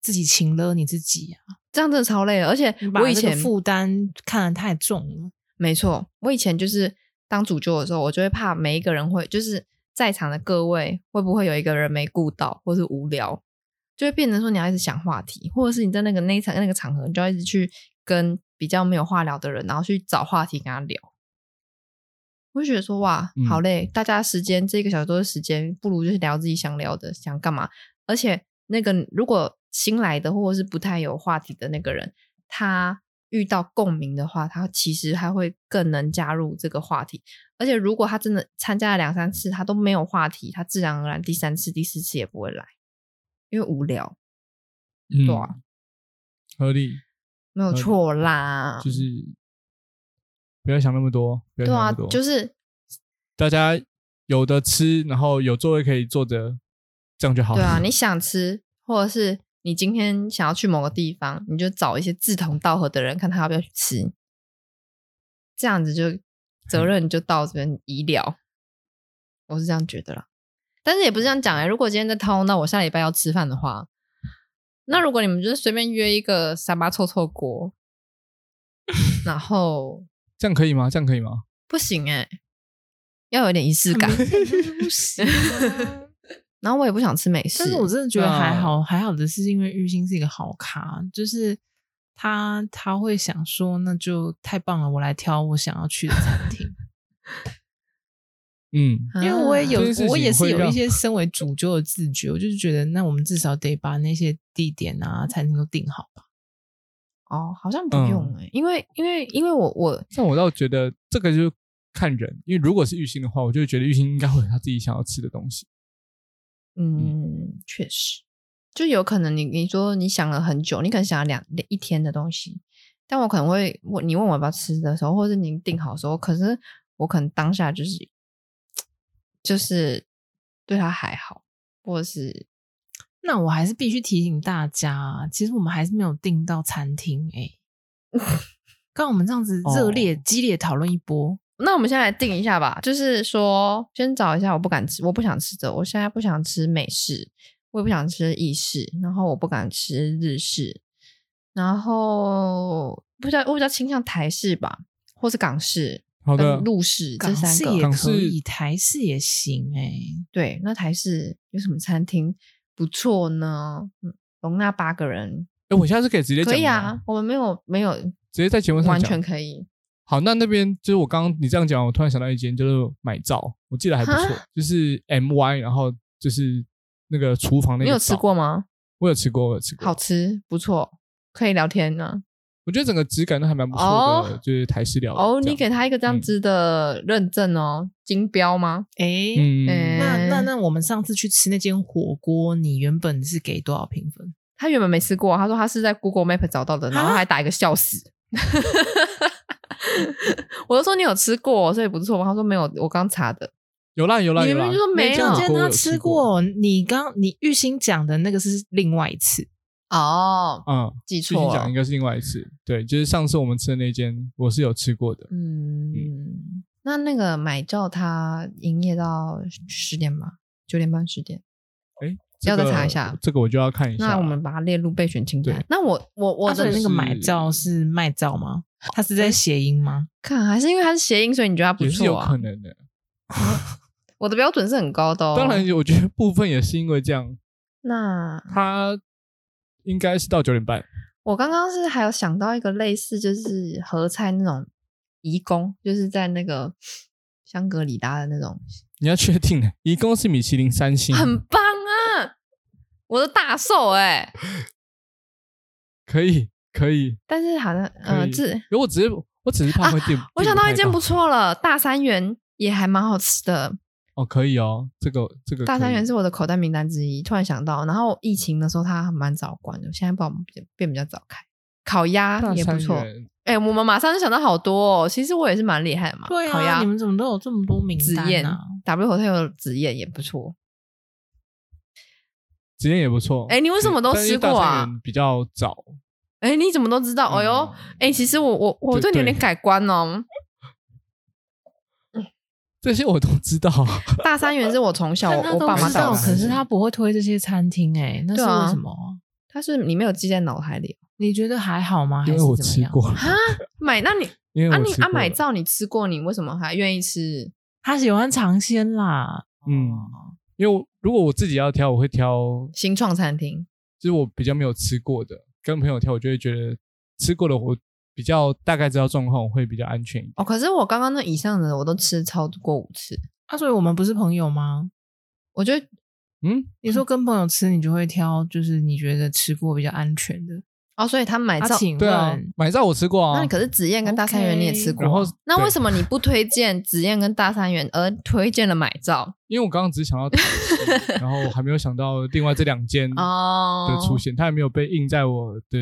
Speaker 2: 自己请了你自己啊，
Speaker 3: 这样真的超累了，而且
Speaker 2: 你把
Speaker 3: 我以
Speaker 2: 这个
Speaker 3: 前
Speaker 2: 负担看得太重 [LAUGHS] 了。
Speaker 3: 没错，我以前就是当主揪的时候，我就会怕每一个人会，就是在场的各位会不会有一个人没顾到，或是无聊，就会变成说你要一直想话题，或者是你在那个那一场那个场合，你就要一直去跟比较没有话聊的人，然后去找话题跟他聊。我就觉得说哇
Speaker 1: 嗯，
Speaker 3: 好累，大家时间这一个小时都是时间，不如就是聊自己想聊的，想干嘛。而且那个如果新来的或者是不太有话题的那个人，他遇到共鸣的话，他其实还会更能加入这个话题。而且如果他真的参加了两三次，他都没有话题，他自然而然第三次、第四次也不会来，因为无聊，
Speaker 1: 对
Speaker 3: 对啊
Speaker 1: 嗯合理
Speaker 3: 没有错啦。
Speaker 1: 呃就是不要想那么多，不要
Speaker 3: 啊对
Speaker 1: 想那
Speaker 3: 啊
Speaker 1: 么多，，
Speaker 3: 就是
Speaker 1: 大家有的吃，然后有座位可以坐着，这样就好
Speaker 2: 哦
Speaker 1: 了。
Speaker 3: 对啊，你想吃，或者是你今天想要去某个地方，你就找一些志同道合的人，看他要不要去吃，这样子就责
Speaker 2: 嗯
Speaker 3: 任就到这边医疗，我是这样觉得啦。但是也不是这样讲哎、如果今天在掏，那我下礼拜要吃饭的话，那如果你们就是随便约一个三八臭臭锅，然后
Speaker 1: 这样可以吗？这样可以吗？
Speaker 3: 不行哎、要有点仪式感。
Speaker 2: 不行啊
Speaker 3: 然后我也不想吃美食，
Speaker 2: 但是嗯我真的觉得还好，还好的是因为玉兴是一个好咖，就是他他会想说，那就太棒了，我来挑我想要去的餐 [LAUGHS] 厅，
Speaker 1: 嗯，
Speaker 2: 因为我也有
Speaker 1: 这件事情，
Speaker 2: 我也是
Speaker 1: 会
Speaker 2: 有
Speaker 1: 让
Speaker 2: 一些身为主揪的自觉，我就是觉得，那我们至少得把那些地点啊、餐厅都定好吧。
Speaker 3: 哦，好像不用哎、因为因为因为我我
Speaker 1: 但我倒觉得这个就看人，因为如果是玉兴的话，我就会觉得玉兴应该会有他自己想要吃的东西。
Speaker 3: 嗯，确实，就有可能你你说你想了很久，你可能想了两一天的东西，但我可能会问你问我要不要吃的时候，或者你定好的时候，可是我可能当下就是就是对他还好，或者是
Speaker 2: 那我还是必须提醒大家，啊其实我们还是没有订到餐厅哎、刚刚我们这样子热烈、
Speaker 1: 哦
Speaker 2: 激烈讨论一波，
Speaker 3: 那我们先来定一下吧，就是说先找一下我不敢吃，我不想吃的，我现在不想吃美式，我也不想吃意式，然后我不敢吃日式，然后不知道我比较倾向台式吧，或是港式、
Speaker 1: 好的
Speaker 3: 跟，陆式这
Speaker 2: 港
Speaker 3: 三
Speaker 2: 式
Speaker 3: 个。嗯
Speaker 2: 也
Speaker 1: 港式
Speaker 2: 可以，台式也行哎、
Speaker 3: 对，那台式有什么餐厅不错呢？嗯容纳八个人，
Speaker 1: 哎，我下次可以直接讲
Speaker 3: 可以
Speaker 1: 吗
Speaker 3: 啊，，我们没有没有
Speaker 1: 直接在节目上
Speaker 3: 完
Speaker 1: 讲
Speaker 3: 全可以。
Speaker 1: 好，那那边就是我刚刚你这样讲，我突然想到一间，就是买灶，我记得还不错
Speaker 3: 哈，
Speaker 1: 就是 M Y，然后就是那个厨房那个。
Speaker 3: 你有吃过？吗？
Speaker 1: 我有吃过，我有吃过。
Speaker 3: 好吃，不错，可以聊天呢、
Speaker 1: 我觉得整个质感都还蛮不错的，
Speaker 3: 哦
Speaker 1: 就是台式料理
Speaker 3: 哦，
Speaker 1: 这样嗯
Speaker 3: 你给他一个这样子的认证哦，金标吗？
Speaker 2: 诶，
Speaker 1: 嗯，
Speaker 3: 哎
Speaker 2: 那那那我们上次去吃那间火锅，你原本是给多少评分？
Speaker 3: 他原本没吃过，啊他说他是在 Google Map 找到的，然后
Speaker 2: 啊
Speaker 3: 还打一个笑死。 [LAUGHS] 我就说你有吃过，所以不错吗？他说没有，我刚查的。
Speaker 1: 有啦有啦
Speaker 3: 你
Speaker 1: 有
Speaker 3: 明
Speaker 1: 啦
Speaker 3: 明就，说没有
Speaker 1: 那
Speaker 2: 中
Speaker 1: 间
Speaker 2: 间
Speaker 1: 他
Speaker 2: 他
Speaker 1: 吃
Speaker 2: 吃
Speaker 1: 过
Speaker 2: 过，你刚你玉兴讲的那个是另外一次，
Speaker 3: 哦，
Speaker 1: 嗯，
Speaker 3: 记
Speaker 1: 最近
Speaker 3: 错
Speaker 1: 讲
Speaker 3: 了
Speaker 1: 应。该是另外一次，对，就是上次我们吃的那间，我是有吃过的，
Speaker 3: 嗯，那那个买照他营业到十点吧，九点半十点。
Speaker 1: 哎，
Speaker 3: 要
Speaker 1: 这个
Speaker 3: 再查一下
Speaker 1: 这个我就要看一下。啊
Speaker 3: 那我们把它列入备选清单
Speaker 1: 对。
Speaker 3: 那我我我
Speaker 2: 啊所以
Speaker 3: 的
Speaker 2: 那个买
Speaker 1: 是
Speaker 2: 照是卖照吗？它是在谐音吗？
Speaker 3: 看还是因为它是谐音，所以你觉得它不
Speaker 1: 也是有
Speaker 3: 错啊
Speaker 1: 可？能的，
Speaker 3: 我的标准是很高的哦。
Speaker 1: 当，然我觉得部分也是因为这样，
Speaker 3: 那
Speaker 1: 他应该是到九点半，
Speaker 3: 我刚刚是还有想到一个类似，就是合菜那种移工，就是在那个香格里拉的那种，
Speaker 1: 你要确定的，一共是米其林三星，
Speaker 3: 很棒啊！我的大寿哎、
Speaker 1: 可以可以。
Speaker 3: 但是好像
Speaker 1: 可
Speaker 3: 呃，
Speaker 1: 以
Speaker 3: 这
Speaker 1: 如果只是我只是怕会订、
Speaker 3: 啊我想到一间不
Speaker 1: 订太
Speaker 3: 错了，大三元也还蛮好吃的。
Speaker 1: 到哦，可以哦，这个这个
Speaker 3: 大
Speaker 1: 可
Speaker 3: 三
Speaker 1: 以
Speaker 3: 元是我的口袋名单之一，突然想到，然后疫情的时候它蛮早关的，现在帮我们变变比较早开。烤鸭
Speaker 1: 大
Speaker 3: 也不
Speaker 1: 三
Speaker 3: 错，
Speaker 1: 元
Speaker 3: 哎、我们马上就想到好多哦。其实我也是蛮厉害的嘛，
Speaker 2: 对
Speaker 3: 烤
Speaker 2: 啊，
Speaker 3: 鸭
Speaker 2: 你、们怎么都有这么多名
Speaker 3: 紫
Speaker 2: 单
Speaker 3: 燕
Speaker 2: 啊？
Speaker 3: W Hotel 的紫燕也不错。
Speaker 1: 紫燕也不错。
Speaker 3: 哎你为什么都
Speaker 1: 对但是
Speaker 3: 吃过啊
Speaker 1: 大三元比较早。
Speaker 3: 哎、你怎么都知道？哎呦，
Speaker 1: 嗯
Speaker 3: 哎、其实我我我
Speaker 1: 对
Speaker 3: 对你有点
Speaker 1: 对
Speaker 3: 改观哦。
Speaker 1: 这些我都知
Speaker 3: [LAUGHS]
Speaker 1: 道。
Speaker 3: 大三元是我从
Speaker 2: [LAUGHS]
Speaker 3: 小
Speaker 2: 但
Speaker 3: 我
Speaker 2: 他
Speaker 3: 我
Speaker 2: 都
Speaker 3: 爸妈
Speaker 2: 知
Speaker 3: 带
Speaker 2: 道
Speaker 3: 我
Speaker 2: 可
Speaker 3: 吃
Speaker 2: 是他不会推这些餐厅哎，那是
Speaker 3: 对啊
Speaker 2: 为什么啊？
Speaker 3: 他是你没有记在脑海里
Speaker 2: 你觉得还好吗？还
Speaker 1: 因
Speaker 2: 是
Speaker 1: 为我
Speaker 2: 怎么
Speaker 1: 吃
Speaker 2: 样？
Speaker 1: 过了，
Speaker 3: 啊？买那你
Speaker 1: 因为
Speaker 3: 啊
Speaker 1: 我
Speaker 3: 你
Speaker 1: 吃
Speaker 3: 啊
Speaker 1: 过
Speaker 3: 买
Speaker 1: 了
Speaker 3: 照你吃过，你为什么还愿意吃？
Speaker 2: 他喜欢尝鲜啦，哦
Speaker 1: 嗯，因为我如果我自己要挑，我会挑
Speaker 3: 新创餐厅
Speaker 1: 就是我比较没有吃过的，跟朋友挑，我就会觉得吃过的我比较大概知道状况，我会比较安全一点。
Speaker 3: 哦，可是我刚刚那以上的我都吃超过五次，
Speaker 2: 啊，所以我们不是朋友吗？
Speaker 3: 我觉得
Speaker 1: 嗯，
Speaker 2: 你说跟朋友吃，你就会挑就是你觉得吃过比较安全的。
Speaker 3: 哦，所以他买
Speaker 2: 啊，
Speaker 3: 照，
Speaker 2: 请
Speaker 1: 对啊
Speaker 2: 问，
Speaker 1: 买照我吃过啊。
Speaker 3: 那你可是紫燕跟大三元
Speaker 2: 哦 OK
Speaker 3: 你也吃过，啊
Speaker 1: 然后
Speaker 3: 那为
Speaker 1: 么？
Speaker 3: 什么你不推荐紫燕跟大三元，而推荐了买照？
Speaker 1: 因为我刚刚只是想到台
Speaker 3: [LAUGHS]
Speaker 1: 式，然后还没有想到另外这两间的
Speaker 3: 哦，嗯
Speaker 1: 出现，它还没有被印在我的，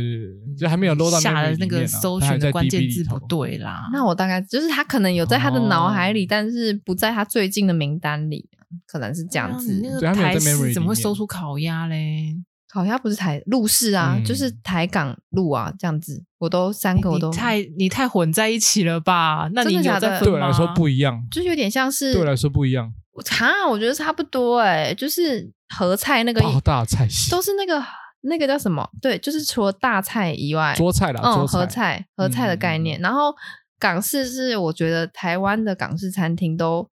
Speaker 1: 就还没有漏到
Speaker 2: 下
Speaker 1: memory
Speaker 2: 的
Speaker 1: 里
Speaker 2: 那个
Speaker 1: 面啊
Speaker 2: 搜
Speaker 1: 它还
Speaker 2: 寻
Speaker 1: 在
Speaker 2: 的关
Speaker 1: DB
Speaker 2: 键
Speaker 1: 里
Speaker 2: 字不
Speaker 1: 头
Speaker 2: 对啦。
Speaker 3: 那我大概就是他可能有在他的脑海里，
Speaker 1: 哦
Speaker 3: 但是不在他最近的名单里，可能是这样
Speaker 2: 哎呀
Speaker 3: 子。
Speaker 2: 你那
Speaker 1: 对他
Speaker 2: 个
Speaker 1: 没有在
Speaker 2: 台
Speaker 1: memory
Speaker 2: 式怎么会
Speaker 1: 里面啊
Speaker 2: 搜出烤鸭嘞？
Speaker 3: 好像不是台路市啊，
Speaker 1: 嗯
Speaker 3: 就是台港路啊，这样子，我都三个我都
Speaker 2: 哎你太你太混在一起了吧？那你
Speaker 3: 真的
Speaker 2: 有
Speaker 3: 假的
Speaker 2: 在分
Speaker 1: 对
Speaker 2: 吗？
Speaker 1: 我来说不一样，
Speaker 3: 就是有点像是
Speaker 1: 对我来说不一样，
Speaker 3: 哈，我觉得差不多哎、就是合菜那个
Speaker 1: 大大菜系
Speaker 3: 都是那个那个叫什么？对，就是除了大菜以外，
Speaker 1: 桌啊菜啦，
Speaker 3: 嗯，
Speaker 1: 桌
Speaker 3: 合菜合菜的概念。
Speaker 1: 嗯
Speaker 3: 然后港式是我觉得台湾的港式餐厅都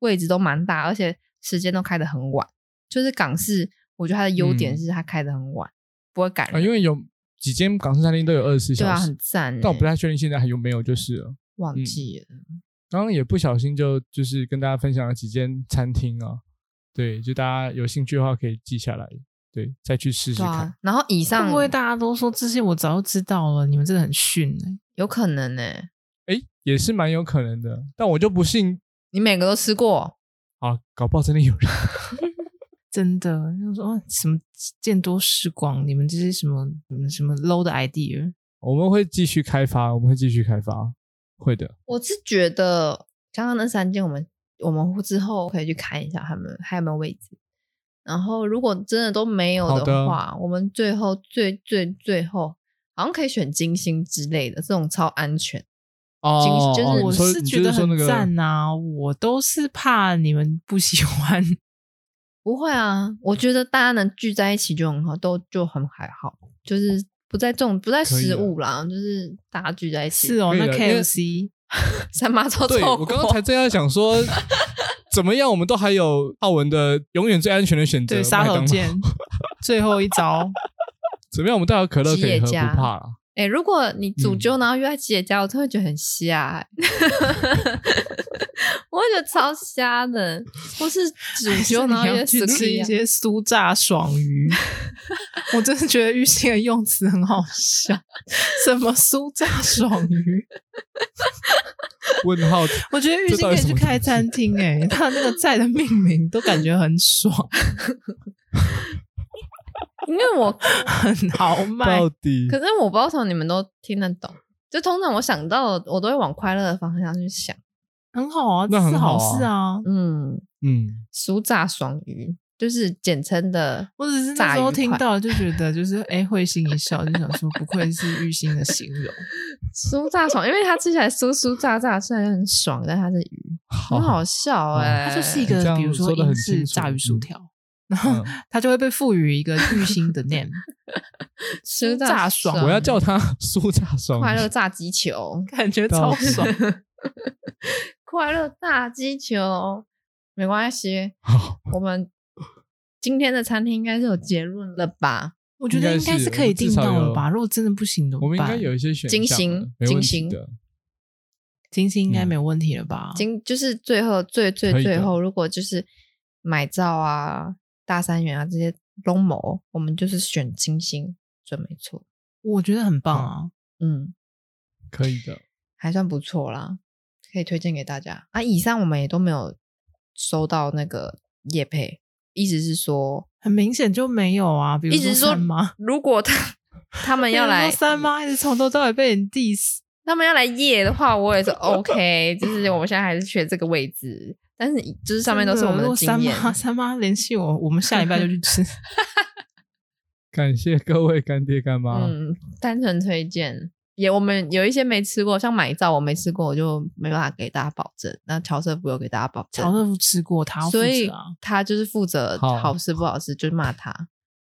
Speaker 3: 位置都蛮大，而且时间都开得很晚。就是港式，我觉得它的优点
Speaker 1: 嗯
Speaker 3: 是它开得很晚，不会赶
Speaker 1: 啊，
Speaker 3: 人。
Speaker 1: 因为有几间港式餐厅都有二十四
Speaker 3: 对
Speaker 1: 小
Speaker 3: 啊，
Speaker 1: 时
Speaker 3: 很，赞、欸。
Speaker 1: 但我不太确定现在还有没有，就是了。
Speaker 3: 忘
Speaker 1: 嗯
Speaker 3: 记了。
Speaker 1: 刚刚也不小心就就是跟大家分享了几间餐厅啊，对，就大家有兴趣的话可以记下来，对，再去试试
Speaker 3: 对
Speaker 1: 看
Speaker 3: 啊。，然后以
Speaker 2: 会
Speaker 3: 上
Speaker 2: 不会大家都说这些我早就知道了？你们真的很逊哎、
Speaker 3: 有可能欸呢、
Speaker 1: 哎、也是蛮有可能的，但我就不信
Speaker 3: 你每个都吃过，
Speaker 1: 啊，搞不好真的有人。 [LAUGHS]
Speaker 2: 真的。就说哦什么见多识广，你们这些什么什么什么 low 的 idea，
Speaker 1: 我们会继续开发，我们会继续开发，会的。
Speaker 3: 我是觉得刚刚那三间，我们我们之后可以去看一下他们还有没有位置。然后如果真的都没有
Speaker 1: 好的
Speaker 3: 话，我们最后最最最后好像可以选金星之类的，这种超安全。
Speaker 1: 哦，
Speaker 3: 就是
Speaker 1: 哦
Speaker 2: 我
Speaker 1: 你说
Speaker 2: 是
Speaker 1: 你
Speaker 2: 觉
Speaker 1: 就
Speaker 2: 得
Speaker 1: 是说那
Speaker 2: 很
Speaker 1: 个
Speaker 2: 赞呐、我都是怕你们不喜
Speaker 1: [LAUGHS]
Speaker 2: 欢。
Speaker 3: 不会啊，我觉得大家能聚在一起就很好，都就很还好，就是不在重不在
Speaker 1: 可以
Speaker 3: 食
Speaker 1: 啊
Speaker 3: 物啦，就是大家聚在一起。
Speaker 2: 是哦，
Speaker 1: 可以
Speaker 2: 那
Speaker 1: 了因为
Speaker 2: KFC
Speaker 3: 三妈
Speaker 1: [LAUGHS]
Speaker 3: 臭臭
Speaker 1: 对
Speaker 3: 锅。
Speaker 1: 我刚刚才正要想 [LAUGHS] 说，怎么样，我们都还有浩文的永远最安全的选择，
Speaker 2: 对杀
Speaker 1: 麦
Speaker 2: 手
Speaker 1: 当劳 [LAUGHS]
Speaker 2: 锏最后一招，
Speaker 1: 怎么样，我们都还有可乐可
Speaker 3: 吉
Speaker 1: 以
Speaker 3: 野
Speaker 1: 喝，不
Speaker 3: 家
Speaker 1: 怕啦。
Speaker 3: 哎、如果你主
Speaker 1: 嗯
Speaker 3: 揪然后约在姐姐家，我真的觉得很瞎、欸。 [LAUGHS] 我会觉得超瞎的，或是煮
Speaker 2: 就
Speaker 3: 酒然后
Speaker 2: 你
Speaker 3: 也
Speaker 2: 要去
Speaker 3: 死
Speaker 2: 吃一
Speaker 1: 啊
Speaker 3: 样
Speaker 2: 些酥炸爽
Speaker 1: [LAUGHS]
Speaker 2: 鱼，我真的觉得玉兴的用词很好笑，什么酥炸爽鱼？
Speaker 1: 问
Speaker 3: [LAUGHS]
Speaker 1: 号
Speaker 2: 我觉得玉兴可以去开餐厅
Speaker 1: [LAUGHS]
Speaker 2: 哎、他那个菜的命名都感觉很爽，
Speaker 3: 因为我
Speaker 2: 很豪迈
Speaker 1: 到。底
Speaker 3: 可是我不知道为什么你们都听得懂，就通常我想到的我都会往快乐的方向去想，
Speaker 2: 很好啊，
Speaker 1: 那
Speaker 2: 这是
Speaker 1: 很好
Speaker 2: 好
Speaker 1: 啊
Speaker 2: 事啊。
Speaker 3: 嗯，
Speaker 1: 嗯，
Speaker 3: 酥炸爽鱼就是简称的，
Speaker 2: 我只是那
Speaker 3: 炸
Speaker 2: 时
Speaker 3: 鱼
Speaker 2: 候
Speaker 3: 块
Speaker 2: 听到就觉得就是哎，会心一笑，就想说不愧是玉兴的形容，
Speaker 3: 酥炸爽，因为它吃起来酥酥炸炸，虽然很爽，但它是鱼，
Speaker 1: 好
Speaker 3: 很好笑哎、
Speaker 2: 哦它就是一个
Speaker 1: 你这样
Speaker 2: 比如
Speaker 1: 说得
Speaker 2: 英
Speaker 1: 很
Speaker 2: 式
Speaker 1: 清楚
Speaker 2: 炸鱼薯
Speaker 1: 嗯
Speaker 2: 条，然后
Speaker 1: 嗯
Speaker 2: 它就会被赋予一个玉兴的
Speaker 3: [LAUGHS]
Speaker 2: name。
Speaker 3: [LAUGHS] 酥
Speaker 2: 炸爽
Speaker 3: 爽，
Speaker 1: 我要叫 [LAUGHS] 它酥炸爽
Speaker 3: 嗯快乐
Speaker 1: 鱼，
Speaker 3: 炸鸡球，
Speaker 2: 感觉
Speaker 1: 到
Speaker 2: 超
Speaker 1: 底
Speaker 2: 爽。
Speaker 3: 快乐炸鸡球，没关系，
Speaker 1: 好，
Speaker 3: 我们今天的餐厅应该是有结论了吧？
Speaker 2: 我觉得应该是可以订到了吧？如果真的不行怎
Speaker 1: 我
Speaker 2: 么
Speaker 1: 们应该
Speaker 2: 办？
Speaker 1: 有一些选项
Speaker 3: 金
Speaker 1: 了，
Speaker 3: 星
Speaker 1: 没问
Speaker 3: 金
Speaker 1: 题
Speaker 3: 星
Speaker 1: 的，
Speaker 2: 金星
Speaker 1: 嗯
Speaker 2: 应该没有问题了吧？
Speaker 3: 今就是最后最最
Speaker 1: 可以的
Speaker 3: 最后，如果就是买照啊、大三元啊这些龙某，我们就是选金星，准没错。
Speaker 2: 我觉得很棒啊！
Speaker 3: 嗯，
Speaker 1: 可以的，
Speaker 3: 还算不错啦，可以推荐给大家啊。以上我们也都没有收到那个叶配，意思是说，
Speaker 2: 很明显就没有啊，比如
Speaker 3: 一直说
Speaker 2: 三妈，
Speaker 3: 如果他 [LAUGHS] 他们
Speaker 2: 比
Speaker 3: 要
Speaker 2: 如
Speaker 3: 来
Speaker 2: 说三妈一直从头到尾被人 diss，
Speaker 3: 他们要来夜的话，我也是 OK，就是我们现在还是缺这个位置，但是就是上面都是我们
Speaker 2: 真如
Speaker 3: 的
Speaker 2: 果
Speaker 3: 经
Speaker 2: 三
Speaker 3: 验。
Speaker 2: 妈三妈联系我，我们下礼拜就去吃。
Speaker 1: 感谢各位干爹干妈，
Speaker 3: 嗯，单纯推荐。也我们有一些没吃过，像买照我没吃过，我就没办法给大家保证。那乔瑟夫有给大家保证，
Speaker 2: 乔瑟夫吃过，他要负
Speaker 3: 所以
Speaker 2: 责啊。
Speaker 3: 他就是负责
Speaker 1: 好
Speaker 3: 好吃不好吃，就骂他。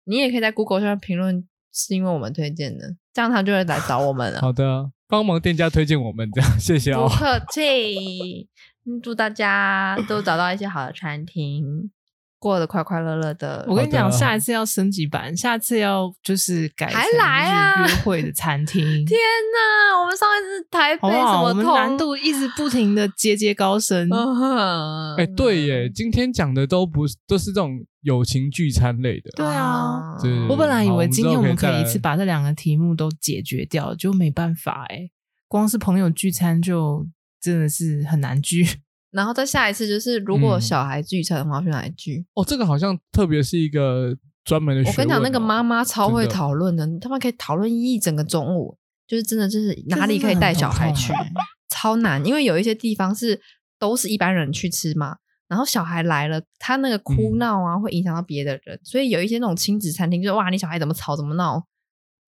Speaker 3: 你也可以在 Google 上评论是因为我们推荐的，这样他就会来找
Speaker 1: [LAUGHS]
Speaker 3: 我们了。
Speaker 1: 好的，帮忙店家推荐我们，这样谢谢
Speaker 3: 不
Speaker 1: 哦。
Speaker 3: 客气，嗯祝大家都找到一些好的餐厅，过得快快乐乐的。
Speaker 2: 我跟你讲，
Speaker 1: 好的
Speaker 2: 下一次要升级版，下次要就是改成
Speaker 3: 还来啊
Speaker 2: 就是约会的餐
Speaker 3: [LAUGHS]
Speaker 2: 厅，
Speaker 3: 天哪，我们上一次台北
Speaker 2: 好不
Speaker 3: 什
Speaker 2: 好？
Speaker 3: 么
Speaker 2: 我们
Speaker 3: 痛
Speaker 2: 难度一直不停的节节高升。
Speaker 3: 嗯哼
Speaker 1: 哎，对
Speaker 3: 嗯
Speaker 1: 耶，今天讲的都不是都是这种友情聚餐类的，
Speaker 2: 对啊，
Speaker 3: 哦
Speaker 1: 对对对
Speaker 2: 我本来以
Speaker 1: 嗯好我
Speaker 2: 为
Speaker 1: 们
Speaker 2: 今
Speaker 1: 之后
Speaker 2: 天我
Speaker 1: 可以
Speaker 2: 们可
Speaker 1: 再
Speaker 2: 以一
Speaker 1: 来
Speaker 2: 次把这两个题目都解决掉，就没办法哎、光是朋友聚餐就真的是很难聚。
Speaker 3: 然后再下一次就是，如果
Speaker 1: 嗯
Speaker 3: 小孩聚餐的话，去哪里聚？
Speaker 1: 哦，这个好像特别是一个专门的学问
Speaker 3: 我
Speaker 1: 哦。
Speaker 3: 跟你讲，
Speaker 2: 啊
Speaker 3: 那个妈妈超会
Speaker 1: 真的
Speaker 3: 讨论的，你他妈可以讨论一整个中午，就是真的就是哪里可以带小孩去
Speaker 2: 这真的，很头痛欸
Speaker 3: 超难，因为有一些地方是都是一般人去吃嘛，然后小孩来了，他那个哭
Speaker 1: 嗯
Speaker 3: 闹啊、会影响到别的人，所以有一些那种亲子餐厅，就是哇，你小孩怎么吵怎么闹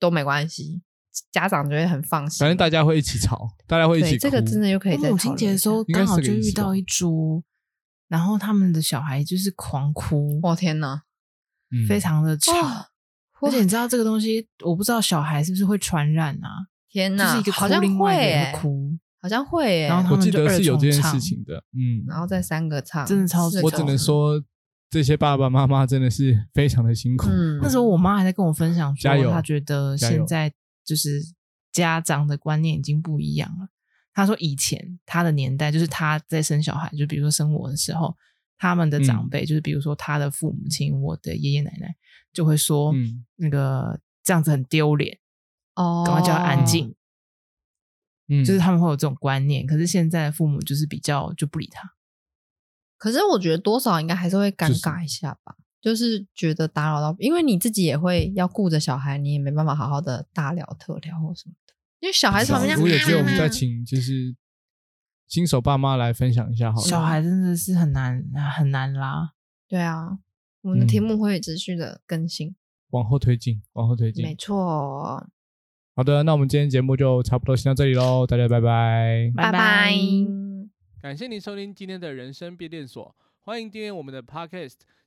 Speaker 3: 都没关系，家长就会很放心。
Speaker 1: 反正大家会一起吵，大家会一起
Speaker 3: 对
Speaker 1: 哭。
Speaker 3: 这个真的又 [LAUGHS] 可以
Speaker 2: 我
Speaker 3: 在
Speaker 2: 母亲节的时候
Speaker 1: 应该
Speaker 2: 刚
Speaker 1: 是
Speaker 2: 好
Speaker 1: 这个
Speaker 2: 就
Speaker 1: 意思
Speaker 2: 遇到
Speaker 1: 吧
Speaker 2: 一桌，然后他们的小孩就是狂哭，
Speaker 3: 我、天哪，
Speaker 1: 嗯
Speaker 2: 非常
Speaker 3: 哦
Speaker 2: 的吵。
Speaker 3: 哇
Speaker 2: 而且你知道这个东西，我不知道小孩是不是会传染啊？
Speaker 3: 天
Speaker 2: 就
Speaker 3: 哪，
Speaker 2: 是一个哭
Speaker 3: 好，像
Speaker 2: 另
Speaker 3: 会、
Speaker 2: 外一个人
Speaker 3: 欸
Speaker 2: 会，哭，
Speaker 3: 好像会、欸，
Speaker 2: 然后他
Speaker 1: 我
Speaker 2: 们
Speaker 1: 记
Speaker 2: 就
Speaker 1: 得
Speaker 2: 二
Speaker 1: 是有
Speaker 2: 重
Speaker 1: 这件
Speaker 2: 唱
Speaker 1: 事情的，嗯，
Speaker 3: 然后再三个唱，
Speaker 2: 真的超
Speaker 3: 四个
Speaker 1: 我只能说这些爸爸妈妈真的是 [LAUGHS] 非常的辛苦。
Speaker 3: 嗯
Speaker 2: 那时候我妈还在跟我分享
Speaker 1: 加
Speaker 2: 说，
Speaker 1: 油
Speaker 2: 她觉得
Speaker 1: 加
Speaker 2: 现
Speaker 1: 油
Speaker 2: 在就是家长的观念已经不一样了。她说以前她的年代，就是她在生小孩，就比如说生我的时候，他们的长
Speaker 1: 嗯
Speaker 2: 辈、就是比如说她的父母亲、我的爷爷奶奶，就会说、
Speaker 1: 嗯
Speaker 2: 那个这样子很丢脸，
Speaker 3: 哦，
Speaker 2: 赶快叫她安静，
Speaker 1: 嗯，
Speaker 2: 就是他们会有这种观念。可是现在的父母就是比较就不理她，
Speaker 3: 可是我觉得多少应该还是会尴
Speaker 1: 就是
Speaker 3: 尬一下吧，就是觉得打扰到，因为你自己也会要顾着小孩，你也没办法好好的大聊特聊或什么的，因为小孩
Speaker 1: 小
Speaker 3: 旁边
Speaker 1: 如果
Speaker 3: 这
Speaker 1: 有
Speaker 3: 样，
Speaker 1: 机会，我们再
Speaker 2: 嗯
Speaker 1: 请就是新手爸妈来分享一下好了。
Speaker 2: 小孩真的是很难啊很难拉。
Speaker 3: 对啊，我们的题目会持续的更新，
Speaker 1: 往后推进，往后推
Speaker 3: 没
Speaker 1: 进。
Speaker 3: 错，哦
Speaker 1: 好的，那我们今天节目就差不多先到这里喽，大家拜拜。
Speaker 2: 拜
Speaker 3: 拜拜。
Speaker 1: 感谢您收听今天的人生变电所，欢迎订阅我们的 Podcast，